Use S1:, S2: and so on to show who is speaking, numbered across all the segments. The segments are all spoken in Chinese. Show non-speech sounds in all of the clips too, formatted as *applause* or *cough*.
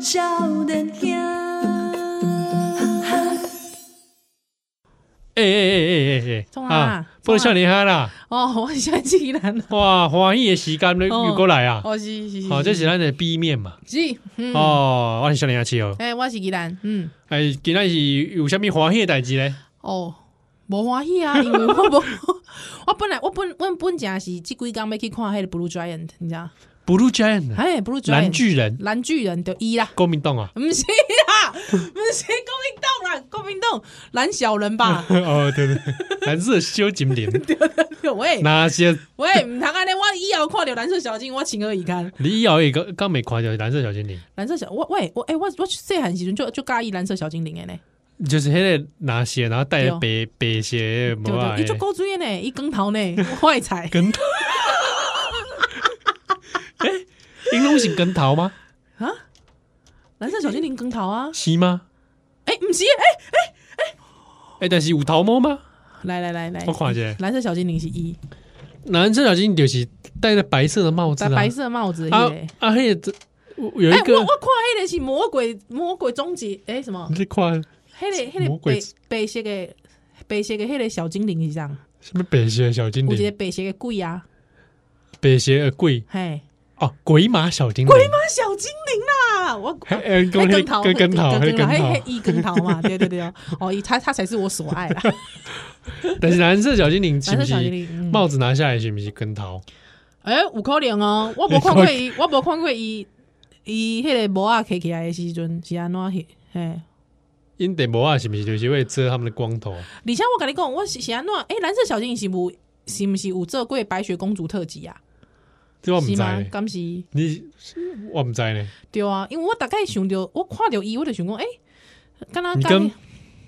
S1: 少年兄，
S2: 哎哎哎哎哎，
S3: 创啥啦
S2: 不能笑
S3: 创啥
S2: 你哈啦！
S3: 哦， *laughs* 我想起来了，
S2: 哇，欢喜的时间你
S3: 哦
S2: 又过来啊！
S3: 哦是是
S2: 哦，这
S3: 是
S2: 是咱的 B 面嘛。
S3: 是，嗯，
S2: 哦，我是笑你阿七哦。
S3: 哎，我是宜兰，嗯，
S2: 哎，今仔是有啥物欢喜的代志咧？
S3: 哦，无欢喜啊，因为我无， *laughs* 我本来我本我本正是即几工要去看迄个 Blue Giant，你知道？
S2: Blue Giant，
S3: 哎，Blue Giant，
S2: 嗯蓝巨人，
S3: 蓝巨人就伊啦，！
S2: 国民党啊？
S3: 不是啦，不是国民党啦，国民党蓝小人吧
S2: *laughs*
S3: *laughs*
S2: 哦，对对，蓝色小精灵，
S3: 喂
S2: 那些
S3: 喂，唔通安尼，我以后看到蓝色小精，我情何以堪？
S2: 你以后会刚刚没看到蓝色小精灵，
S3: 蓝色小我喂我哎、我我细汉时阵就就介意蓝色小精灵的呢，
S2: 就是那个那些，然后带着白白鞋，
S3: 对不
S2: 无
S3: 对？伊就高追呢，伊光头呢， *laughs* 我会猜。
S2: 跟 *laughs* 头。哎，银龙是跟头吗？
S3: 啊，蓝色小精灵光头啊？
S2: 是吗？
S3: 哎、不是，哎、
S2: 哎，但是有头毛吗？
S3: 来来来来
S2: 我，看一下，
S3: 蓝色小精灵是一，
S2: 蓝色小精灵就是戴着白色的帽子
S3: 白
S2: 啊，
S3: 白色帽子的
S2: 啊
S3: 那个。
S2: 啊，嘿，这有
S3: 哎、
S2: 一
S3: 我
S2: 个
S3: 我看迄个是魔鬼魔鬼终结，哎、什么
S2: 你？在看
S3: 迄个迄
S2: 魔
S3: 个
S2: 鬼
S3: 白白色的白色的迄个小精灵是这样，
S2: 什么白鞋小精
S3: 有一个
S2: 灵，
S3: 白色的鬼啊，
S2: 白鞋的鬼
S3: 嘿，
S2: 哦，鬼马小精灵，鬼
S3: 啊小精灵啦，我。
S2: 马跟
S3: 还
S2: 跟跟跟头，跟
S3: 哎跟
S2: 跟
S3: 还
S2: 头
S3: 还。一跟头嘛，对对对哦，哦，他他才是我所爱啦。啊
S2: 但是蓝色小精灵是不
S3: 蓝色小
S2: 是
S3: 精灵嗯
S2: 帽子拿下来是不是跟头？
S3: 哎、有可能哦，我无看过
S2: *laughs*
S3: 伊，我无看过伊，伊迄个帽啊，摕起来的时阵是安怎迄嘿，
S2: 因得帽啊是不是就是为了遮他们的光头？
S3: 而且我跟你讲，我是是安怎？诶、蓝色小精灵是无是毋是有做过白雪公主特辑啊？
S2: 这我唔
S3: 是
S2: 知
S3: 吗
S2: 呢？，
S3: 敢是
S2: 你我唔知呢。
S3: 对啊，因为我大概想着，我看着伊，我就想讲，诶、敢若
S2: 你跟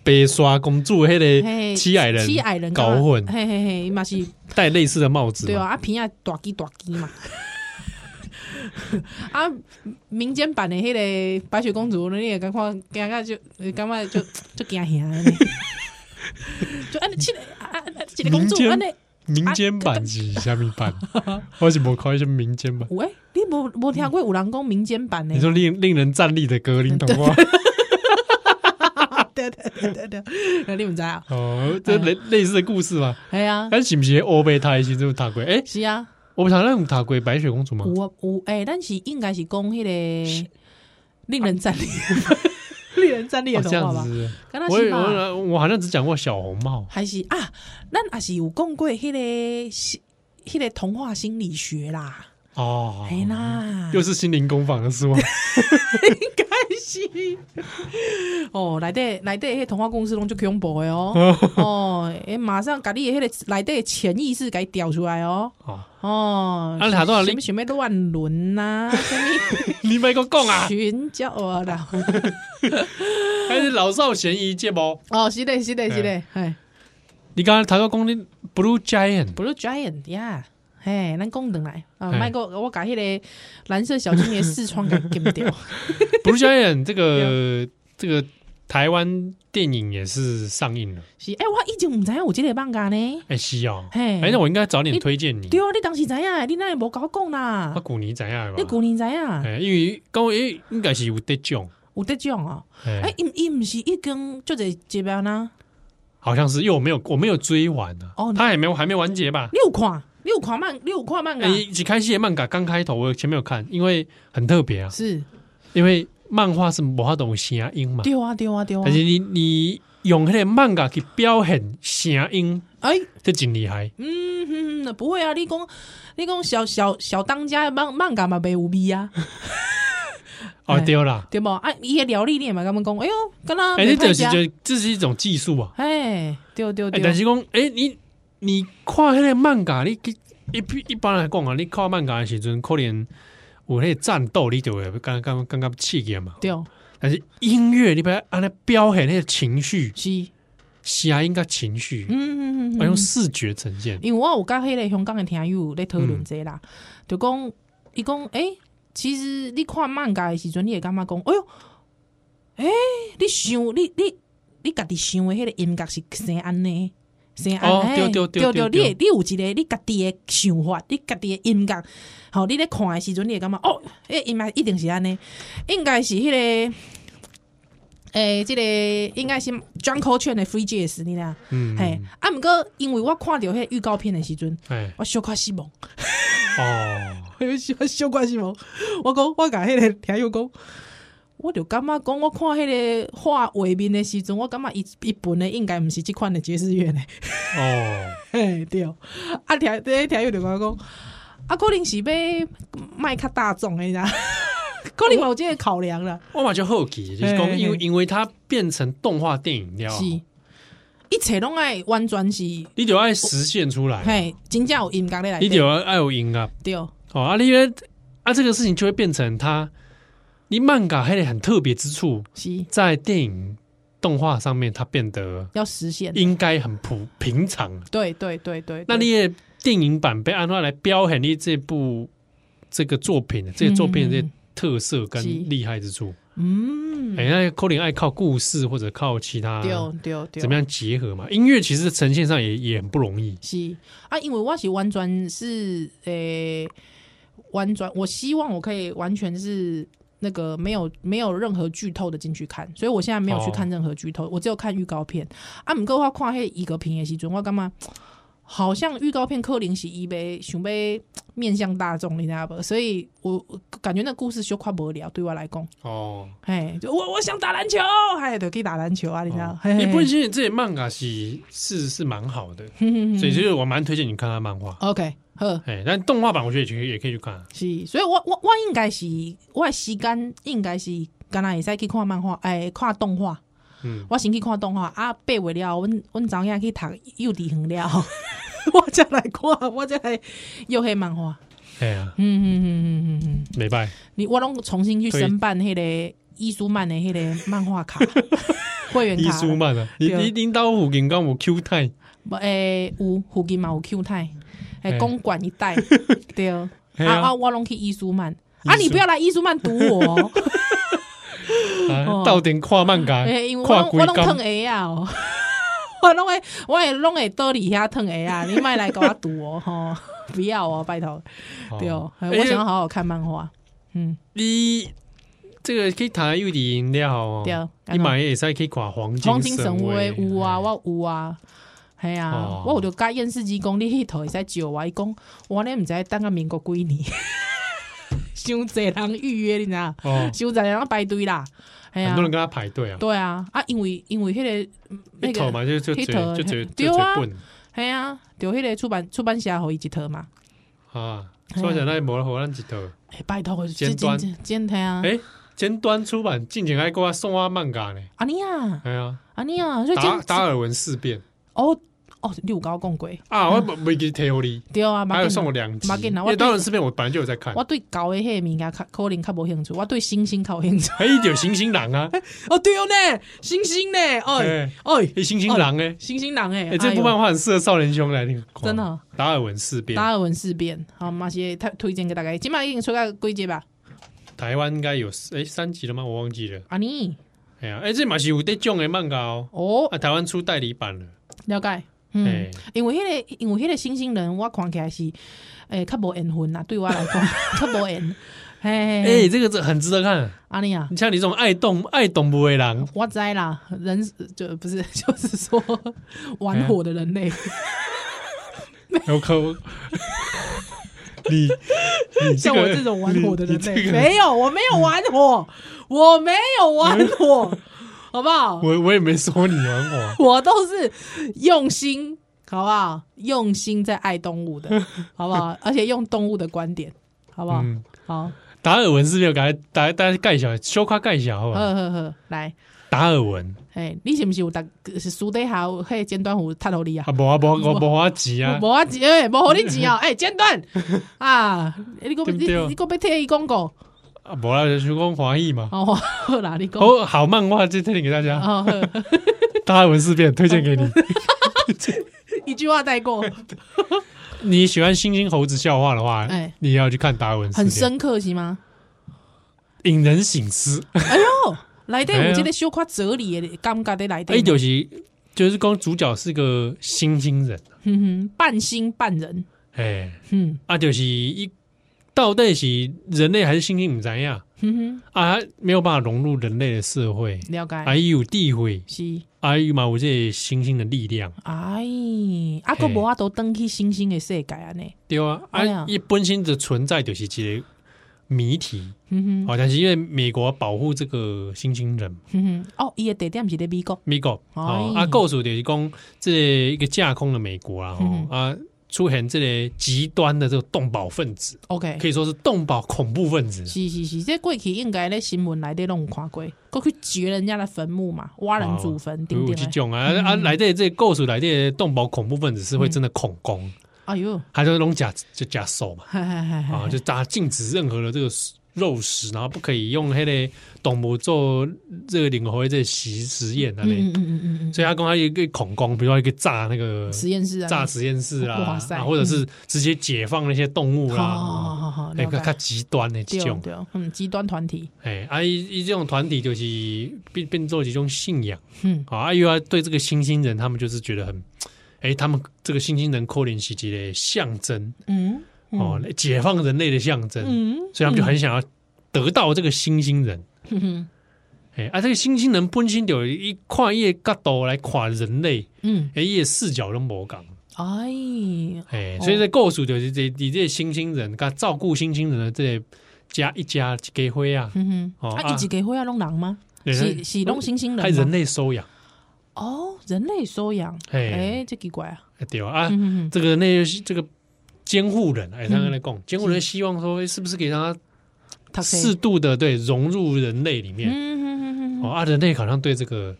S2: 白刷公主迄
S3: 嘿
S2: 个七矮人
S3: 七矮人哎
S2: 搞混，
S3: 嘿嘿嘿，嘛是
S2: 戴类似的帽子
S3: 对啊，
S2: 嘛，
S3: 啊片啊大鸡大鸡嘛。啊，民间版的迄个白雪公主，你也感觉感觉就感觉就就惊吓的呢，就安尼七个啊啊啊一个公
S2: 民
S3: 主
S2: 间
S3: 安尼，
S2: 民间版是虾米
S3: 啊
S2: 版？我是没看什么民
S3: *laughs*
S2: 间版。
S3: 喂，你无无听过有人讲民间版的
S2: 你？说令令人站立的歌，你懂吗？
S3: 啊对对对对对，你毋知啊？
S2: *laughs* 哦，这类类似的故事嘛。
S3: 系啊，
S2: 但是不是欧贝台其实有塔鬼？哎，
S3: 是啊，
S2: 我们台湾有塔鬼白雪公主吗哦
S3: 有？啊有诶，咱是应该是讲迄个令人站立， *laughs* 令人站立
S2: 哦
S3: 的
S2: 这
S3: 童
S2: 样
S3: 话吧？
S2: 子，
S3: 敢
S2: 我
S3: 若是
S2: 也
S3: 吧？
S2: 我我好像只讲过小红帽。
S3: 还是啊，咱也是有讲过迄、个是迄、个童话心理学啦，
S2: 哦
S3: 哎、，啦，
S2: 又是心灵工坊的书啊
S3: *laughs*
S2: 吗？
S3: 该是 *laughs* 哦，内底内底迄童话故事拢就恐怖的
S2: *laughs*
S3: 哦，哦，哎，马上甲你迄、个内底的潜意识给调出来哦，
S2: 哦，
S3: 哦，
S2: 啊哪段
S3: 什么什么乱
S2: *laughs*
S3: 伦呐、什么
S2: 你咪个讲啊，
S3: 寻找啊
S2: *laughs*
S3: 啦，
S2: 还是老少咸宜节目？
S3: 哦，是的，是的，是
S2: 嗯
S3: 的，哎
S2: 你刚刚谈到讲你 Blue
S3: *laughs*
S2: Giant，
S3: ，Blue Giant 呀、嘿，咱讲转来啊，
S2: 嘿
S3: 麦个我甲迄个蓝色小精灵的视窗给 *laughs* 禁掉。
S2: Blue Giant 这个这个台湾电影也是上映了，
S3: 是，哎、我以前毋知影有即个放假呢。
S2: 哎、西哦，
S3: 嘿
S2: 哎、那我应该早点推荐你。
S3: 对啊，你当时知影的，你哪会无甲我讲啦
S2: 啊，？古尼怎样吧？
S3: 你旧年知影啊
S2: 哎、因为刚诶应该是有得奖，
S3: 有得奖哦。
S2: 哎、
S3: 哎、伊伊毋是已经就一集啊呐？
S2: 好像是，因为我没有我没有追完呢、啊，
S3: 哦
S2: 他还没有还没完结吧？
S3: 你有看？你有看漫？你有看漫
S2: 哎、
S3: 画？
S2: 一开戏的漫改刚开头我前面有看，因为很特别啊，
S3: 是，
S2: 因为漫画是无法懂声音嘛，
S3: 对啊，对啊，对啊
S2: 但。是你你用迄个漫改去表现声音，
S3: 哎、
S2: 这真厉害。
S3: 嗯哼哼，不会啊，你讲你讲小小小当家的漫漫画嘛袂有味啊，
S2: 哦，
S3: 哎
S2: 对啦，
S3: 对无？啊，伊的料理你也嘛甲阮讲，哎哟，敢若
S2: 哎、这
S3: 袂
S2: 就
S3: 歹
S2: 是
S3: 食。
S2: 就这是一种技术啊。
S3: 哎，啊对对
S2: 哎、
S3: 对，
S2: 但是讲，哎、你你看迄个漫画，你去一一般来讲啊，你看漫画的时阵，可能有迄个战斗，你就会感感感觉刺激嘛。
S3: 对
S2: 但是音乐，你把安尼表现迄个情绪，
S3: 是，
S2: 声音甲情绪，
S3: 嗯嗯嗯，
S2: 要用视觉呈现。
S3: 因为我有甲迄个香港的听友咧讨论这个
S2: 嗯
S3: 啦，就讲伊讲诶，欸其实你看漫画的时阵，你会感觉讲，哎哟，诶、你想你你你家己想的迄个音乐是生安尼，先
S2: 哦
S3: 安
S2: 对
S3: 嘿
S2: 对对对
S3: 对
S2: 对
S3: 对，你会你有一个你家己的想法，你家己的音乐，吼，你咧看的时阵，你会感觉哦，迄音乐一定是安尼，应该是迄、个。诶，即、个应该是 John Coltrane 的 Free Jazz 你啦，
S2: 嗯，
S3: 嘿、啊，毋过因为我看着迄预告片的时阵，
S2: 哎，
S3: 我小可失望， *laughs*
S2: 哦，
S3: 我小小可失望。我讲，我甲迄个听友讲，我就感觉讲，我看迄个画画面的时阵，我感觉伊伊本的应该毋是即款的爵士乐呢。
S2: 哦，
S3: 嘿，对，啊，听这听友就跟我讲，啊，可能是要卖较大众的啦， *laughs* 可能嘛有这个考量啦，
S2: 我嘛就好奇，就是
S3: 嘿
S2: 讲，
S3: 嘿
S2: 因为因为它变成动画电影了，
S3: 是，一切拢爱完全是，
S2: 你就要实现出来，
S3: 嘿，真正有音乐咧来
S2: 你，就要爱有音啊，
S3: 对，
S2: 哦，啊，你咧啊，这个事情就会变成它，你漫改还得很特别之处，
S3: 是
S2: 在电影动画上面，它变得
S3: 要实现，
S2: 应该很普平常。
S3: 对对对对，
S2: 那你也电影版被安娜来标很你这部这个作品，这个作品的这些特色跟
S3: 嗯是
S2: 厉害之处，
S3: 嗯，
S2: 哎、那可能爱靠故事或者靠其他
S3: 对哦对对，
S2: 啊怎么样结合嘛？音乐其实呈现上也也很不容易，
S3: 是啊，因为我是完全是诶、完全我希望我可以完全是那个没有没有任何剧透的进去看，所以我现在没有
S2: 哦
S3: 去看任何剧透，我只有看预告片。啊，毋过我看迄伊个片的时阵，我感觉好像预告片柯林是伊呗，想要面向大众，你知道不？所以我我感觉那故事小快无聊，对我来讲，
S2: 哦。
S3: 嘿，就我我想打篮球，嘿，就去打篮球啊，你知道？嘿
S2: 哦你
S3: 嘿
S2: 不
S3: *laughs*
S2: 过其实这些漫画是是是蛮好的，
S3: 嗯
S2: 所以就是我蛮推荐你看他漫画。
S3: OK 呵。
S2: 哎，但动画版我觉得也可以也可以去看啊。
S3: 是，所以我我我应该是我的时间应该是敢若会使去看漫画，哎、看动画。
S2: 嗯，
S3: 我先去看动画啊，八月了，阮阮昨下去读幼稚园了， *laughs* 我才来看，我才来又黑漫画。
S2: 哎呀，
S3: 嗯嗯嗯嗯嗯嗯，
S2: 没办法，
S3: 你我拢重新去申办迄个伊舒曼的迄个漫
S2: *laughs*
S3: 画卡会员
S2: 伊
S3: 卡
S2: 舒
S3: 啦，
S2: 曼啊，你
S3: 对
S2: 你领导虎金刚有 Q 太
S3: 无诶、有附近嘛有 Q 太，诶、
S2: 嘿
S3: 公馆一
S2: *laughs*
S3: 带对，啊
S2: 嘿啊
S3: 啊我拢去伊舒曼，
S2: 伊
S3: 啊你
S2: 舒
S3: 不要来伊舒曼堵我、
S2: *laughs*
S3: 哦。
S2: 啊
S3: 哦，
S2: 到点跨漫
S3: *laughs*
S2: 改
S3: 诶、因为，我
S2: 啊跨
S3: 拢我
S2: 鬼
S3: 拢烫
S2: 刚，
S3: 鞋啊哦，我拢会我会拢会倒里遐烫鞋啊，你莫来甲我赌哦吼， *laughs* 不要哦，拜托，对哦，嘿我想要
S2: 哎
S3: 好好看漫画，嗯，
S2: 你这个可以谈幼稚饮料哦
S3: 对，，
S2: 你买也可以去看黄
S3: 黄金
S2: 金
S3: 神威
S2: 威
S3: 有啊，，我有啊。系啊
S2: 哦，
S3: 我有就甲验视机讲，你迄头会使招我，伊讲我咧毋知等到民国几年， *laughs* 伤济人预约，你知影，
S2: 哦，
S3: 伤济人啊排队啦，系
S2: 很
S3: 啊
S2: 多，人跟他排队啊，
S3: 对啊，啊，因为因为迄个那
S2: 一
S3: 个
S2: 头嘛就就
S3: 那
S2: 嘴
S3: 头
S2: 就嘴
S3: 对
S2: 就嘴
S3: 啊
S2: 笨
S3: 系啊，就迄个出版出版社互伊一套嘛，
S2: 啊，
S3: 嘿啊
S2: 所以讲那无好咱一头，
S3: 哎、拜托，
S2: 尖端
S3: 尖尖听啊，
S2: 哎，尖端出版近前还给我送啊漫改呢，
S3: 安尼啊，
S2: 哎呀，
S3: 安尼啊，所以
S2: 达
S3: 尖
S2: 达尔文事变
S3: 哦哦，你有甲我讲过，
S2: 啊，我没没给贴我哩，
S3: 对啊，
S2: 还
S3: 嘛
S2: 有送我两集，
S3: 没紧啊
S2: 因
S3: 我
S2: 为达尔文事变我本来就有在看
S3: 我，对狗的迄个物件较可能较无兴趣，我对星星较有兴趣。
S2: 还有点行星人
S3: *laughs*
S2: 啊，
S3: 哦，对哦呢，星星呢，哎
S2: 哎，
S3: 哎，
S2: 行星人哎。
S3: 星星人哎
S2: 哎、，这部漫画很适合少年兄来那个看，
S3: 真的哦
S2: 达尔文事变
S3: 达，尔文事变，好，嘛是推推荐给大家，今麦已经出到几集吧？
S2: 台湾应该有哎、三集了吗？我忘记了。
S3: 安尼
S2: 哎呀，哎、这马是有得奖的漫画哦，
S3: 哦，
S2: 啊，台湾出代理版了。
S3: 了解，
S2: 哎、
S3: 嗯。因为迄、个，因为迄个星星人，我看起来是，诶、较无缘分啦，对我
S2: *laughs*
S3: 来讲，较无缘。嘿
S2: 哎、
S3: 嘿，
S2: 这个这很值得看。
S3: 安尼啊，
S2: 你像你这种爱动爱动物的
S3: *laughs*
S2: 人，
S3: 我知啦，人就不是， *laughs* 就是说玩火的人类，
S2: 有可 *laughs* 你你这
S3: *laughs* 像我
S2: 个
S3: 这种玩火的人
S2: 你
S3: 类，
S2: 你这个
S3: 没有，我没有玩火，我没有玩
S2: 嗯
S3: 火，好不好？
S2: 我我也没说你玩我。
S3: *laughs* 我都是用心，好不好？用心在爱
S2: *laughs*
S3: 动物的，好不好？而且用动物的观点，好不好？
S2: 嗯，
S3: 好，
S2: 达尔文是没有给大家大家盖小，小夸盖小好吧？
S3: 呵呵呵，来。
S2: 达尔文
S3: 嘿，你是不是有逐是私底下有迄个尖端有踢互你啊
S2: 啊，？无啊无我无法急啊
S3: 无，啊钱，哎，无互你
S2: *laughs*
S3: 钱哦，哎，尖端啊，你讲
S2: 对不
S3: 你
S2: 对
S3: 你讲要替伊广告，
S2: 啊无啦，就是讲华裔嘛。
S3: 哦，好啦，你讲，哦，
S2: 好好漫画就推荐给大家，
S3: 好 *laughs*
S2: 达尔文事变推荐给你。
S3: 一句话
S2: *laughs*
S3: 带过，
S2: 你喜欢猩猩猴子笑话的话，
S3: 哎
S2: 你也要去看达尔文事
S3: 很
S2: 变，
S3: 深刻是吗？
S2: 引人醒思。
S3: 哎呦，内底
S2: 哎呀
S3: 有即个小可哲理的感觉伫内
S2: 哎，
S3: 底
S2: 就
S3: 嘛，
S2: 是就是光主角是个新兴人，
S3: 哼哼，半星半人，
S2: 哎，
S3: 嗯
S2: 啊，就是一到底是人类还是猩猩，不知呀？
S3: 哼哼，
S2: 啊，他没有办法融入人类的社会，
S3: 了解，
S2: 还有地位，
S3: 是，
S2: 还有啊嘛，我这猩猩的力量，
S3: 哎，啊，个
S2: 嘿
S3: 无法都登去星星的世界安尼，
S2: 对啊，
S3: 哎呀
S2: 啊，一本身的存在就是一个谜题，哦
S3: 哼哼，
S2: 好、但是因为美国保护这个新兴人，
S3: 哼哼，哦，伊的地点是咧美国，
S2: 美国哦，
S3: 哎
S2: 啊，故事就是讲这个一个架空的美国啦，
S3: 嗯
S2: 哦、啊，出现这个极端的这个动保分子，
S3: OK，
S2: 可以说是动保恐怖分子，
S3: 是是是，这过去应该咧新闻内底拢有看过，过去掘人家的坟墓嘛，挖人祖坟，顶
S2: 有
S3: 顶
S2: 这
S3: 的。
S2: 种啊、啊，来这这故事来这动保恐怖分子是会真的恐攻，
S3: 哎呦，
S2: 他就弄假就假手嘛，
S3: 嗨嗨嗨嗨
S2: 啊，
S3: 嗨
S2: 就打禁止任何的这个肉食，然后不可以用黑的动物做这个领回这个实实验啊嘞。
S3: 嗯嗯嗯嗯嗯
S2: 所以他刚才一个恐攻，比如说一个炸那个
S3: 嗯，实验室啊，
S2: 炸实验室啦，
S3: 哇塞
S2: 啊或者是直接解放那些动物
S3: 好好好
S2: 啦，
S3: 好好，
S2: 哎，
S3: 了
S2: 较
S3: 解
S2: 较极端的这
S3: 对
S2: 种，
S3: 对，嗯，极端团体，
S2: 哎，啊一一这种团体就是变变做一种信仰，
S3: 嗯
S2: 啊，啊又要对这个新兴人，他们就是觉得很，哎，他们这个新兴人扣连袭击的象征
S3: 嗯
S2: 哦，解放人类的象征，
S3: 嗯，
S2: 所以他们就很想要得到这个新兴人。
S3: 哼哼嗯
S2: 哎，啊，这个新兴人本身就有一跨越角度来跨人类，
S3: 嗯，
S2: 哎，伊的视角都无共。
S3: 哎，
S2: 哎，
S3: 哦
S2: 所以这故事就是这你这新兴人，甲照顾新兴人的这个家一家一家伙啊，
S3: 嗯哼，
S2: 哦
S3: 啊，
S2: 啊
S3: 一直给会啊弄人吗？
S2: 对
S3: 是是弄星星
S2: 还
S3: 人
S2: 人
S3: 吗？
S2: 类收养，
S3: 哦，人类收养，
S2: 哎，
S3: 哎，这奇怪啊，
S2: 对啊，啊
S3: 嗯哼
S2: 这个那这个监护人，哎，他
S3: 嗯
S2: 跟他讲，监护人希望说，哎是不是可以让
S3: 读
S2: 他
S3: 册
S2: 适度的对融入人类里面？
S3: 嗯哼哼哼
S2: 哦，啊，人类好像对这个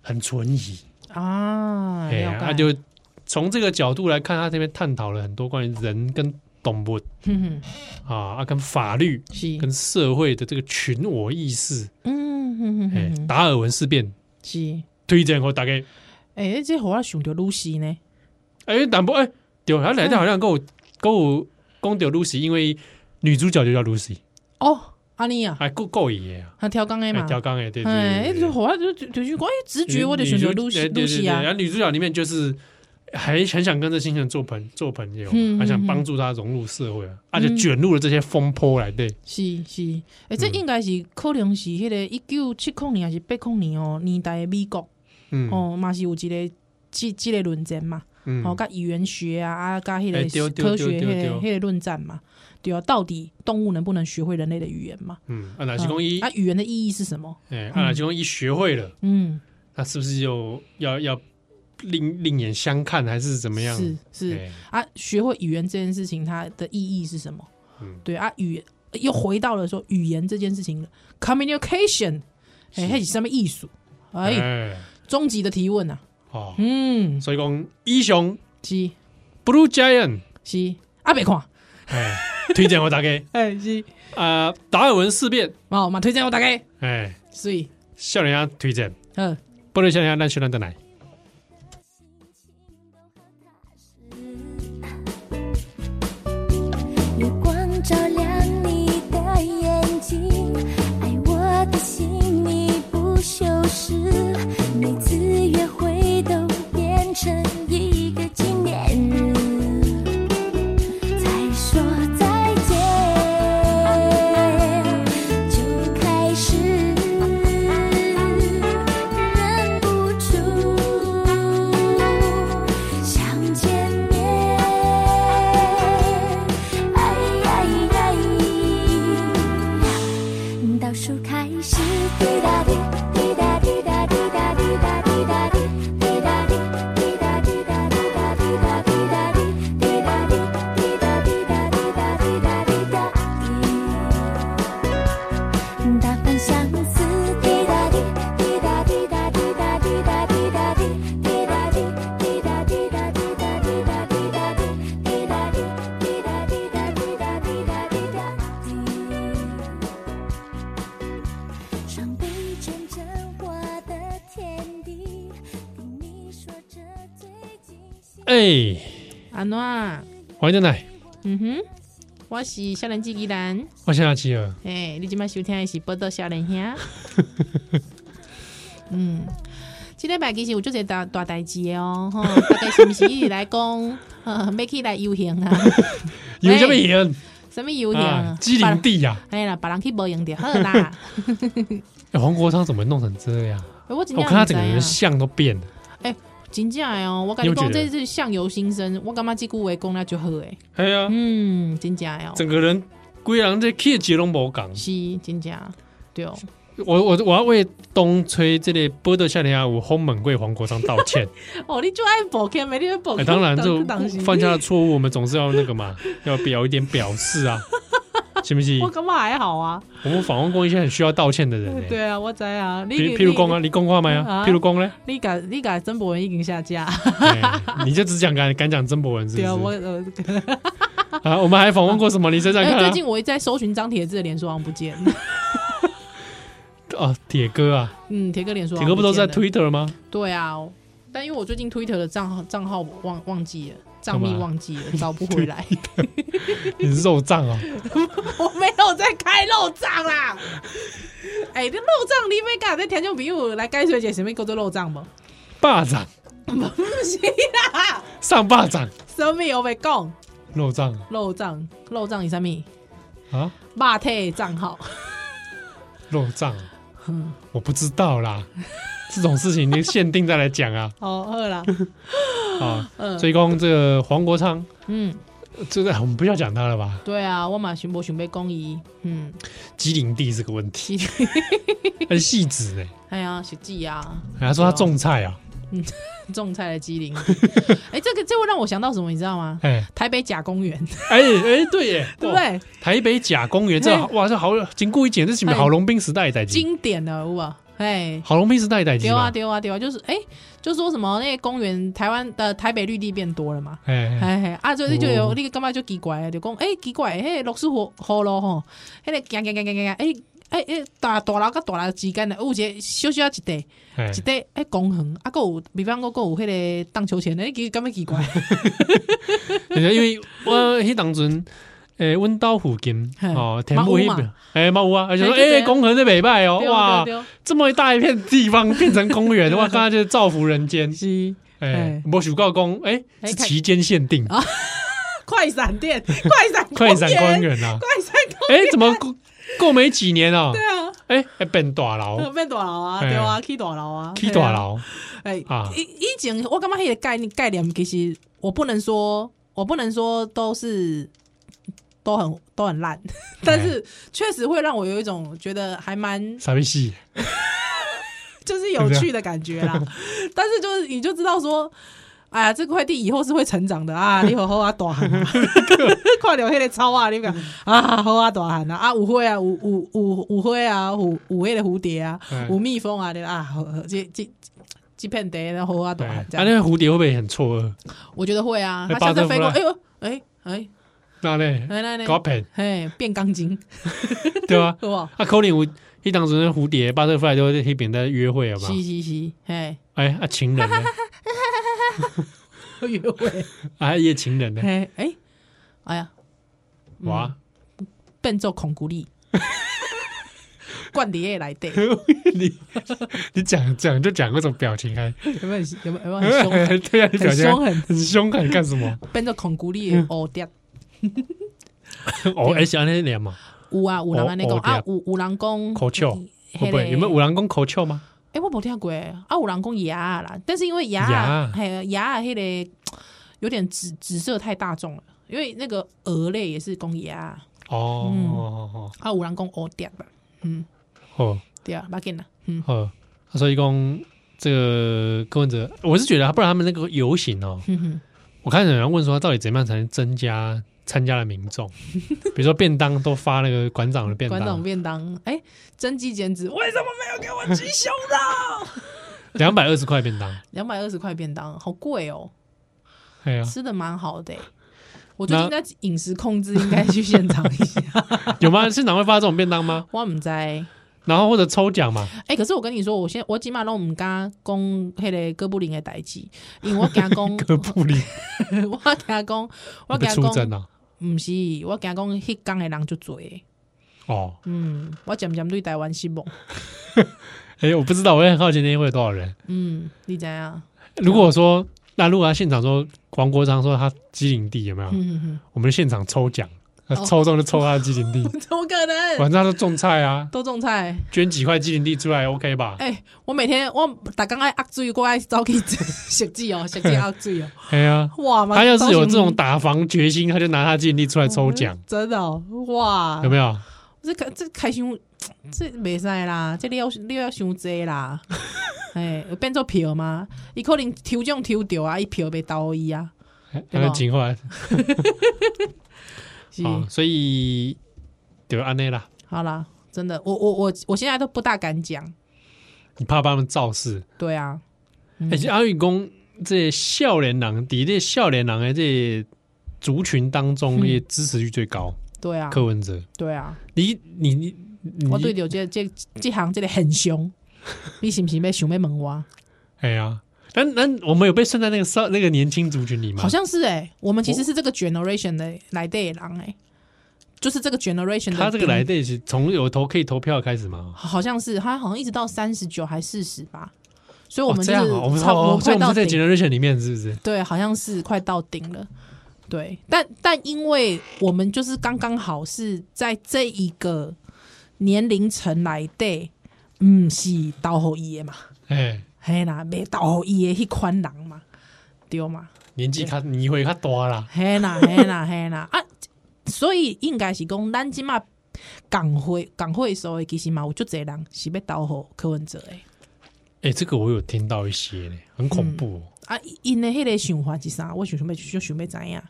S2: 很存疑，
S3: 哼啊，
S2: 哦哎，
S3: 了
S2: 他
S3: 解，
S2: 就从这个角度来看，他这边探讨了很多关于人跟动物
S3: 嗯哼，
S2: 啊，啊跟法律
S3: 是，
S2: 跟社会的这个群我意识。
S3: 嗯哼哼
S2: 哎
S3: 哼，哼，
S2: 达尔文事变
S3: 是，
S2: 推荐给大家。
S3: 哎，这互我想到露西呢，
S2: 哎、但不哎，对，他来的好像跟我跟我讲到 Lucy，因为女主角就叫 Lucy，
S3: 哦，安妮啊，
S2: 还够够爷啊，
S3: 她挑刚 A
S2: 哎，
S3: 嘛，
S2: 调刚哎，对
S3: 哎，
S2: 对
S3: 就
S2: 对
S3: 互我就就就是讲，哎，直
S2: 对，
S3: 觉我就想到
S2: 女主
S3: 露西
S2: 哎对
S3: 露
S2: 对
S3: 西
S2: 对然
S3: 啊，
S2: 后女主角里面就是还很想跟这新人做朋做朋友，
S3: 嗯嗯
S2: 还想
S3: 嗯
S2: 帮助他融入社会啊，而
S3: 嗯
S2: 且卷入了这些风波来对，
S3: 是是，哎，这
S2: 嗯
S3: 应该是可能是迄个一九七零年还是八零年哦年代的美国。
S2: 嗯
S3: 哦，嘛是有一个即即个论战嘛，
S2: 嗯
S3: 哦，甲语言学啊，啊，甲迄
S2: 哎对
S3: 个
S2: 对
S3: 科学
S2: 对
S3: 迄
S2: 对
S3: 个迄个论战嘛，对啊，到底动物能不能学会人类的语言嘛？
S2: 嗯，啊，哪是公一
S3: 啊，语言的意义是什么？
S2: 哎，啊，哪是公一学会了，
S3: 嗯，
S2: 那是不是就要要另另眼相看，还是怎么样？
S3: 是是
S2: 哎
S3: 啊，学会语言这件事情它的意义是什么？
S2: 嗯
S3: 对啊，语言又回到了说语言这件事情了，communication，哎，还是什么艺术？哎，
S2: 哎，
S3: 终极的提问啊，
S2: 哦，
S3: 嗯，
S2: 所以讲英雄
S3: 是
S2: Blue Giant，
S3: 是，啊，别看， *laughs*
S2: 哎，推荐我大家
S3: 哎是，
S2: 啊，达尔文事变，
S3: 哦，嘛推荐我大概，
S2: 哎，
S3: 所以，
S2: 笑脸家推荐，
S3: 嗯。
S2: 不能笑脸家让笑脸再来。
S4: 有光照亮你的眼睛，爱我的心你不修饰，每次约会都变成一个纪念日，才说再见就开始忍不住想见面。哎呀呀呀！倒数开始，滴答滴，滴答滴答滴答滴答滴答滴，滴答滴，滴答滴答滴答滴答滴答滴，滴答滴，滴答滴答滴答滴答滴答滴。打翻相思，滴答滴，滴答滴答滴答滴答滴答滴，滴答滴，滴答滴答滴答滴答滴答滴，滴答滴。滴答滴答滴答滴答滴答滴，伤悲阵阵我的天地，听你说着最近心。
S2: 哎，
S3: 安怎？
S2: 欢迎再来，
S3: 嗯哼，我是少年机器人，
S2: 我是阿奇尔，
S3: 哎、
S2: *laughs*
S3: 你即摆收听的是《报道少年兄》。嗯，即、这礼拜其实有就个大大代志的哦，吼，大概是不是一起来讲， *laughs* 呃，要起来游行啊？
S2: *laughs* 有什么用
S3: 什么游行
S2: 啊
S3: 啊？？
S2: 机灵地呀！
S3: 哎啦，把人去无用掉好
S2: *laughs*
S3: 啦。
S2: 哎黄国昌怎么弄成这样？
S3: 哎我真
S2: 我
S3: 正
S2: 看他
S3: 不知
S2: 整个人
S3: 影
S2: 像都变了。
S3: 真正的哦，我跟
S2: 你有
S3: 你
S2: 觉
S3: 讲，
S2: 得
S3: 这是相由心生，我感觉这句话讲了就好诶。
S2: 哎呀，
S3: 嗯，真正的哦，
S2: 整个人归人这气质拢无讲。
S3: 是真正
S2: *laughs*
S3: 对哦。
S2: 我我我要为东吹这类波特夏天下午轰猛贵黄国昌道
S3: *laughs*
S2: 歉。
S3: 哦，你就爱保健，没你就保
S2: 哎，
S3: 健。
S2: 当然，就
S3: 当时
S2: 犯下的错误，我们总是要那个嘛，要表一点表示
S3: *laughs*
S2: 啊，行不行
S3: 我？感觉还好啊。
S2: 我们访问过一些很需要道歉的人呢、
S3: 对啊，我知啊。你
S2: 譬譬如讲啊，，你讲话没啊？
S3: 啊
S2: 譬如讲
S3: *laughs*
S2: 嘞、
S3: 你敢你敢曾博文已经下架，
S2: 哎你就只讲敢敢讲曾博文是不
S3: 对啊，我
S2: 是？
S3: 呃，
S2: 啊，我们还访问过什么？你想想
S3: 哎，
S2: 看
S3: 最
S2: 啊
S3: 近，我一直在搜寻张铁志的脸书好像不见，
S2: 哦，铁哥啊，
S3: 嗯，铁哥脸书好
S2: 铁
S3: 像
S2: 哥不都在
S3: 见了？
S2: Twitter 吗？
S3: 对啊，但因为我最近 Twitter 的账号账号忘忘记了，账
S2: 干
S3: 密
S2: 嘛
S3: 忘记了，找不回来。
S2: 你是肉胀哦，
S3: 我没有在开漏账啦。哎、这漏账你没干，这听众朋友来解水姐什么叫做漏账吗？
S2: 霸掌
S3: 不是啦，
S2: 上霸掌，
S3: 什么有被讲
S2: 肉胀啊
S3: 漏账？漏账是啥物？
S2: 啊，
S3: 霸体账号，
S2: 肉胀啊，
S3: 嗯
S2: 我不知道
S3: *laughs*
S2: 啦，这种事情你限定再来讲啊
S3: 好好啦，
S2: 啊！
S3: 嗯
S2: 所以讲这个黄国昌，
S3: 嗯，
S2: 这个我们不要讲他了吧？
S3: *laughs* 对啊，我嘛想无想要讲伊，嗯，
S2: 机灵地是个问题，很细致呢。
S3: 哎呀，实际啊，
S2: 哎他欸说他种菜啊，
S3: 哦种菜的机灵， *laughs* 哎、这个这会让我想到什么，你知道吗？
S2: 哎
S3: 台北假
S2: *laughs*
S3: 公园，
S2: 哎哎，对耶，
S3: *laughs* 对
S2: 哇？
S3: 不对？
S2: 台北甲公园，这
S3: 嘿
S2: 哇，这好紧固一点，这是什么
S3: 哎
S2: 郝龙斌时代的代金，
S3: 经典的，有无？哎，
S2: 郝龙斌时代的代金
S3: 丢啊
S2: 吧？
S3: 丢啊丢啊！就是哎、就说什么那些公园，台湾的台北绿地变多了嘛。
S2: 哎，哎
S3: 哎嘿，啊，所以你就有
S2: 哦
S3: 你个感觉就奇怪啊，就讲哎、奇怪，迄落水河河路吼，迄个行行行行行行，哎哎哎大大楼甲大楼之间的有一个小小一块
S2: 哎
S3: 一，块哎公园，啊，佫有比方讲佫有迄个荡秋千，哎，其实感觉
S2: *laughs*
S3: 奇怪，
S2: 而且因为我迄当阵。诶，阮兜附近
S3: 嘿
S2: 哦，田木
S3: 嘛
S2: 迄
S3: 有嘛
S2: 边，诶，嘛有啊，而且说，
S3: 嘿就这
S2: 诶，
S3: 样
S2: 公园在北拜哦，
S3: 对啊
S2: 哇，
S3: 对对，
S2: 这么一大一片地方变成公园，
S3: *laughs*
S2: 哇，刚才就是造福人间，
S3: 是
S2: 哎
S3: 哎，
S2: 我许告公，哎，
S3: 哎
S2: 是
S3: 看
S2: 期间限定，
S3: *laughs* 快闪 *laughs* 店，快闪
S2: 快闪公
S3: 公园，
S2: 园啊，
S3: 快闪公
S2: 哎，怎么过过没几年啊？
S3: 对啊，
S2: 哎，哎变大楼，
S3: 变大楼啊，
S2: 哎
S3: 对啊，去大楼啊，
S2: 起
S3: 嘿啊
S2: 大。楼，
S3: 哎、
S2: 啊
S3: 以以前我感觉迄个概念概念，其实我不能说，我不能说都是都很都很烂，但是确实会让我有一种觉得还蛮
S2: 啥意思？
S3: 就是有趣的感觉啦。 *laughs* 但是就是你就知道说，哎呀，这块地以后是会成长的啊！你好好啊，大汉啊， *laughs* 看到迄个草啊，你
S2: 嗯
S3: 讲啊，好啊，大汉啊，啊，有花啊，有有有有花啊，有有迄个蝴蝶啊，
S2: 嗯
S3: 有蜜蜂啊，你啊，好好这这这片地，然后啊，
S2: 对，
S3: 大
S2: 啊
S3: 汉，这
S2: 那
S3: 样。
S2: 个蝴蝶会不会很错愕？
S3: 我觉得会啊，
S2: 哎
S3: 它下次
S2: 巴
S3: 飞
S2: 特
S3: 过，
S2: 夫
S3: 哎呦，哎哎
S2: 那嘞，
S3: 来来来，
S2: 搞骗
S3: 嘿，变钢筋，
S2: 对吧？
S3: 好不好？
S2: 啊，可能有迄当时那蝴蝶、巴特弗莱都在那边在约会好
S3: 是
S2: 吗？
S3: 是是，嘿，
S2: 哎啊，情人呢？
S3: 约会，
S2: 啊，夜情人呢？
S3: *laughs* 嘿，嗯哎，哎呀，
S2: 哇，
S3: 变做孔古 *laughs* 力，灌底内来底，
S2: 你你讲讲就讲那种表情，还
S3: 有没有有没有有没 *laughs* 有很凶？
S2: *laughs* 对啊，你表
S3: 很
S2: 情
S3: 凶
S2: 还
S3: 狠，
S2: 很凶悍干什么？
S3: 变做孔古力的黑点。
S2: 哦，哎，想那脸嘛，
S3: 有啊，有人安尼讲
S2: 黑黑
S3: 啊
S2: 点，
S3: 有有人讲
S2: 口臭
S3: 那个
S2: 会不会？你们五郎公口臭吗？
S3: 哎、我无听过啊，有人讲牙啊啦，但是因为牙
S2: 牙
S3: 啊，嘿牙啊，迄个有点紫紫色太大众了，因为那个鹅类也是讲牙啊，
S2: 哦
S3: 嗯
S2: 哦
S3: 啊有人讲鹅点吧，嗯，
S2: 哦哦
S3: 对啊，要紧啦，嗯，
S2: 哦，所以讲这个柯文哲，我是觉得啊，不然他们那个游行哦，
S3: 哼哼，
S2: 我看有人问说，到底怎么样才能增加参加的民
S3: *laughs*
S2: 众？比如说便当都发那个馆长的便
S3: 馆长
S2: 当，
S3: 便当，哎、增肌减脂，为什么没有给我鸡胸肉？
S2: 两百二十块便当，
S3: 两百二十块便当，好贵哦，
S2: 哎呀，
S3: 吃的蛮好的、欸。我最近在饮食控制，应该去现场一
S2: *laughs*
S3: 下。
S2: 有吗？现场会发这种便当吗？
S3: 我唔知道，哎、
S2: 然后或者抽奖嘛？
S3: 可是我跟你说，我现我起码都唔敢讲迄个哥布林的代志，因为我惊讲，
S2: 哥布林
S3: *laughs* 我惊讲，嗯我
S2: 会被
S3: 惊
S2: 出征
S3: 讲，
S2: 啊！
S3: 唔是，我惊讲，迄港的人就多的。
S2: 哦，
S3: 嗯，我渐渐对台湾失望。
S2: 哎、我不知道，我也很好奇那天会有多少人。
S3: 嗯，你怎
S2: 啊
S3: 样？
S2: 如果说那如果他现场说王国昌说他机灵地有没有？
S3: 嗯，
S2: 我们现场抽奖，呃
S3: 哦
S2: 抽中就抽他的机
S3: *laughs*
S2: 灵地，
S3: 怎么可能？
S2: 晚上就种菜啊，
S3: 都种菜。
S2: 捐几块机灵地出来 OK 吧？
S3: 哎、我每天我大刚爱压水，我爱早起 *laughs* 食剂哦，食剂压水哦。
S2: 哎呀、
S3: 哇，
S2: 他要是有这种打房决心，他就拿他机灵地出来抽奖，
S3: 真的、哦、哇，
S2: 有没有？
S3: 这开这开心，
S2: 嗯
S3: 这袂使啦，这你要你要伤
S2: *laughs*
S3: 济啦。哎、有变做票吗？伊可能抽奖抽着啊，伊票被倒伊啊。
S2: 那个情况
S3: 是，
S2: 啊，所以就安内啦，
S3: 好啦，真的，我我我我现在都不大敢讲。
S2: 你怕帮他们造势。
S3: 对啊，
S2: 而哎且阿玉公这笑脸人，伫这笑脸人的这族群当中，
S3: 嗯
S2: 也支持率最高。
S3: 对啊，
S2: 柯文哲，
S3: 对啊，
S2: 你你你你，
S3: 我对着这这这行这个
S2: *laughs*
S3: 很凶，你是不是要想要问我？啊
S2: 哎呀，但但我们有被算在那个少那个年轻族群里吗？
S3: 好像是哎、我们其实是这个 generation 的来的狼哎、就是这个 generation 的
S2: 他这个
S3: 顶
S2: 来的是从有投可以投票开始吗？
S3: 好像是他好像一直到三十九还四十吧，所以我
S2: 哦，
S3: 们
S2: 这
S3: 就
S2: 样
S3: 是
S2: 啊，我们
S3: 差不
S2: 哦
S3: 多
S2: 所以
S3: 快
S2: 我们
S3: 到
S2: 是在
S3: 顶，
S2: generation 里面是不是？
S3: 对，好像是快到顶了。对，但但因为我们就是刚刚好是在这一个年龄层来的，嗯，是倒后伊的嘛，
S2: 哎，
S3: 嘿啦，没倒后伊的迄款人嘛，对嘛，
S2: 年纪他你会他大啦，
S3: 嘿啦 *laughs* 嘿啦嘿啦啊，所以应该是讲咱即嘛港会港会的时候，其实嘛有足侪人是要倒后柯文哲的。
S2: 哎，这个我有听到一些嘞，很恐怖哦。
S3: 啊，因的迄个想法是啥？我想想要就想要知影。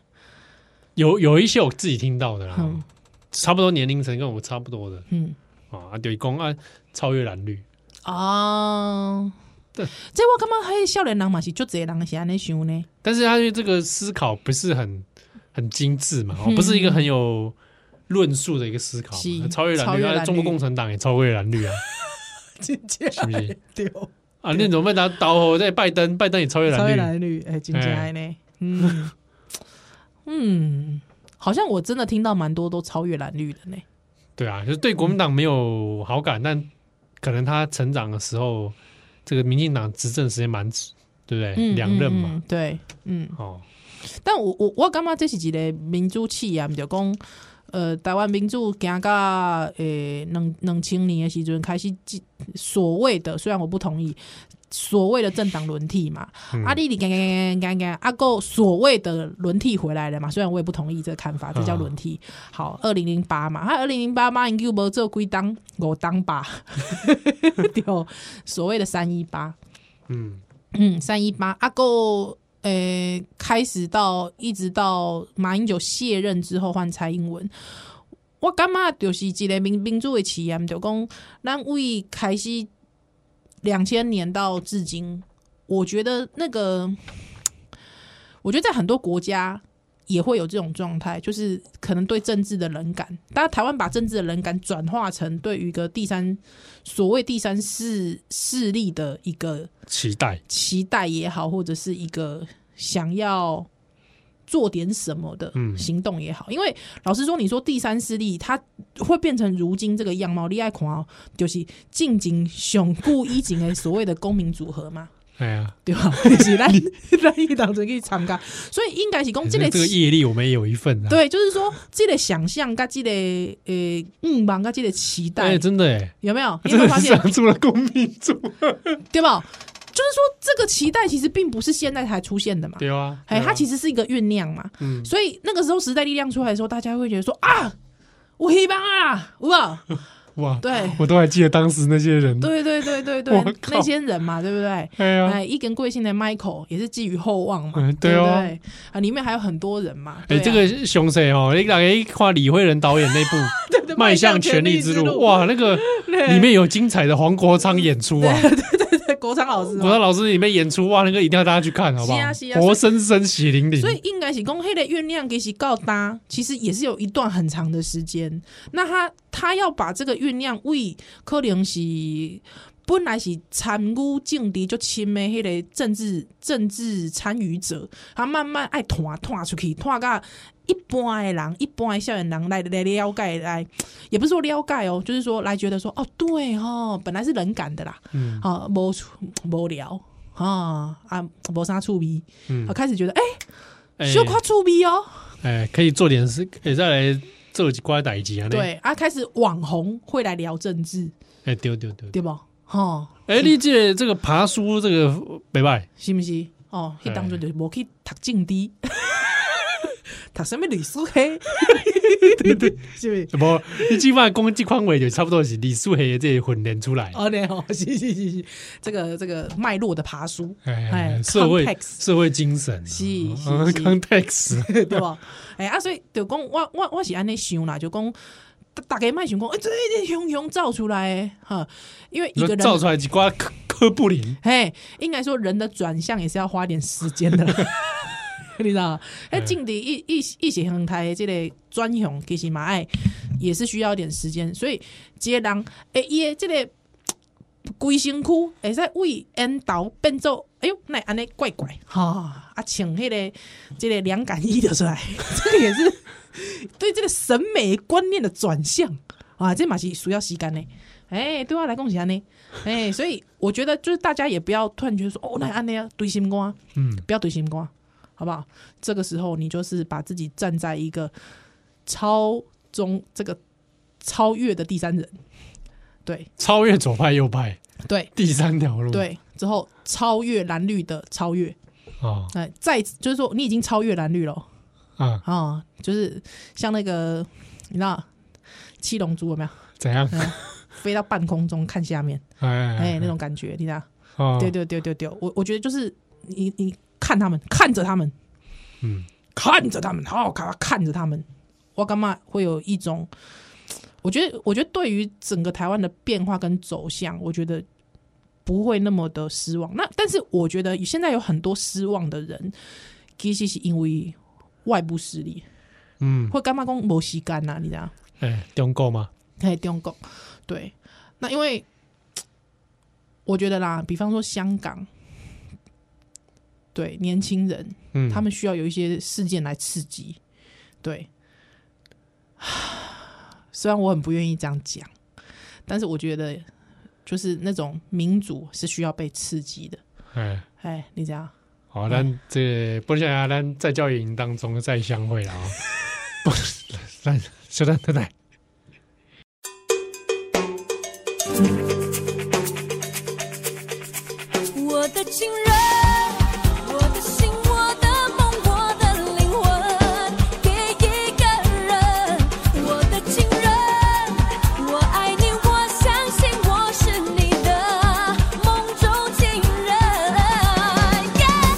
S2: 有有一些我自己听到的啦
S3: 嗯，
S2: 差不多年龄层跟我差不多的
S3: 嗯，
S2: 啊，啊，对公啊超越蓝绿，
S3: 哦，
S2: 对
S3: 这我感觉迄个少年人嘛是足侪人是安尼想呢。
S2: 但是他对这个思考不是很很精致嘛，哦不是一个很有论述的一个思考嘛，
S3: 嗯是
S2: 超越蓝
S3: 超
S2: 绿，
S3: 越
S2: 啊
S3: 蓝绿
S2: 中国共产党也超越蓝绿啊，
S3: *laughs* 真正
S2: 是不是？
S3: 对，
S2: 啊，那怎么拿导火在拜登，拜登也超越
S3: 少
S2: 蓝
S3: 年
S2: 绿，
S3: 男女，哎，真正安尼。嗯嗯，好像我真的听到蛮多都超越蓝绿的呢。
S2: 对啊，就是对国民党没有好感，但可能他成长的时候，这个民进党执政时间蛮，对不对？
S3: 嗯，
S2: 两任嘛，
S3: 嗯，嗯对，嗯。
S2: 哦，
S3: 但我我我感觉这是一个民主企业，毋就讲，呃，台湾民主行到诶两两千年的时阵开始进所谓的，虽然我不同意，所谓的政党轮替嘛，
S2: 嗯
S3: 啊，你你干干干干干，啊，够所谓的轮替回来了嘛？虽然我也不同意这个看法，这叫轮替。好，二零零八嘛，啊他二零零八马英九无做几当五当吧， *laughs* 对，哦所谓的三一八，
S2: 嗯，
S3: 嗯，三一八阿够，呃，开始到一直到马英九卸任之后换蔡英文，我感觉就是一个民民主的起源，就讲咱为开始两千年到至今，我觉得那个，我觉得在很多国家。也会有这种状态，就是可能对政治的冷感。当然，台湾把政治的冷感转化成对于一个第三所谓第三势势力的一个
S2: 期待，
S3: 期待也好，或者是一个想要做点什么的
S2: 嗯
S3: 行动也好，因为老实说，你说第三势力它会变成如今这个样貌，你爱看哦，就是近景雄固一景的所谓的公民组合嘛， *laughs*
S2: 哎呀，*laughs*
S3: 对吧？就是 *laughs* 咱咱一当中去参加，所以应该是讲这个
S2: 这个业力我们也有一份啊，
S3: 对，就是说这个想象跟这个呃愿望跟这个期
S2: 哎，
S3: 待
S2: 真的哎，
S3: 有
S2: *laughs*
S3: 没有？你有
S2: 真
S3: 没有
S2: 的
S3: 发
S2: 是
S3: 现？
S2: 想出了公民主，
S3: 对吧？就是说，这个期待其实并不是现在才出现的嘛。
S2: 对啊，
S3: 哎，它其
S2: 实
S3: 实是一个酝酿嘛，
S2: 嗯
S3: 所以那个时候时代力量出来的时候，大家会觉得说啊，我黑帮啊，哇，
S2: 哇， *laughs*
S3: 对
S2: 我都还记得当时那些人，
S3: 对对对对
S2: 我
S3: 对
S2: 靠，
S3: 那些人嘛，对不对？
S2: 哎呀，
S3: 哎，一根贵姓的 Michael 也是寄予厚望嘛
S2: 嗯，对
S3: 对不
S2: 哦
S3: 对？啊，里面还有很多人嘛，
S2: 哎，
S3: 对啊
S2: 这
S3: *laughs*
S2: 个凶谁哦？你大概看李慧仁导演那部《迈向权力之路》哇，，那
S3: *laughs*
S2: 个里面有精彩的黄国昌演出啊，
S3: 对对国昌老师嘛，
S2: 国昌老师里面演出哇，那个一定要大家去看，好不好
S3: 是啊是？啊
S2: 活生生血淋淋
S3: 所，以应该是公黑的月亮给其告搭，其实也是有一段很长的时间。那他他要把这个月亮为可能是本来是参与政敌就亲的迄个政治政治参与者，他慢慢爱拖拖出去，拖到一般的人，一般的校园人来来了解来，也不是说了解哦，就是说来觉得说哦，对哦，本来是冷感的啦，
S2: 嗯
S3: 啊，无趣无聊啊啊，无啥趣味，
S2: 嗯
S3: 啊，，开始觉得哎，
S2: 哎
S3: 小夸趣味哦，
S2: 哎，可以做点事，可以再来做几块代志啊。，
S3: 对啊，开始网红会来聊政治，
S2: 哎，对对对。
S3: 对不？哦，
S2: 哎，你这个这个爬书这个袂歹，
S3: 是不是？哦，迄当中就是无去读政治，
S2: 哎
S3: *laughs* 读什么历史嘿？对对， *laughs* 是不是？
S2: 无你即摆讲即款话就差不多是历史系的这个训练出来。
S3: 哦，对哦， *laughs* 是是是是，这个这个脉络的爬书，
S2: 哎
S3: 哎，
S2: 社会
S3: context
S2: 社会精神啊，
S3: 是是
S2: 嗯
S3: 是
S2: context，
S3: *laughs* 对不？哎啊，所以就讲我我我是安尼想啦，就讲大大家卖想讲，哎、这这熊熊造出来的哈，因为一
S2: 你说
S3: 个
S2: 造
S3: 人
S2: 出。来几挂科科布林，
S3: 嘿，应该说人的转向也是要花点时间的啦， *laughs* 你知道吗？哎，进敌一一一些横台这类专用其实嘛爱也是需要一点时间，所以接人哎，伊的这个规身躯会使为烟导变做哎呦，那安尼怪怪哈、啊，请迄、那个这个凉感衣就出来， *laughs* 这个也是对这个审美观念的转向啊，这嘛是需要时间的。哎、对我来讲是安尼， *laughs* 哎、所以我觉得就是大家也不要突然觉得说，哦，那安尼啊，堆心肝，
S2: 嗯，
S3: 不要堆心肝，啊好不好？这个时候你就是把自己站在一个超中这个超越的第三人，对
S2: 超越左派右派，
S3: 对
S2: 第三条路，
S3: 对，之后超越蓝绿的超越，
S2: 啊
S3: 哎、再就是说你已经超越蓝绿了
S2: 啊，
S3: 啊、就是像那个你知道七龙珠有没有
S2: 怎样？
S3: 飞到半空中看下面，
S2: 哎
S3: 哎、那种感觉，你知道？
S2: 哦
S3: 对对对对对，我我觉得就是你你看他们，看着他们，
S2: 嗯，
S3: 看着他们，好好看看着他们，我干嘛会有一种，我觉得我觉得对于整个台湾的变化跟走向，我觉得不会那么的失望。那但是我觉得现在有很多失望的人，其实是因为外部势力，
S2: 嗯，
S3: 或干嘛讲没时间呐、啊你知道？
S2: 哎，中国嘛，
S3: 嘿，中国，对，那因为我觉得啦，比方说香港，对年轻人，
S2: 嗯，
S3: 他们需要有一些事件来刺激，对。虽然我很不愿意这样讲，但是我觉得就是那种民主是需要被刺激的。
S2: 哎。
S3: 哎，你这样，
S2: 好，咱这不想啊，咱在教育营当中再相会了
S3: *laughs*
S2: 啊、哦！不，咱小丹太太，
S1: 我的情人，我的心，我的梦，我的灵魂，给一个人。我的情人，我爱你，我相信我是你的梦中情人。Yeah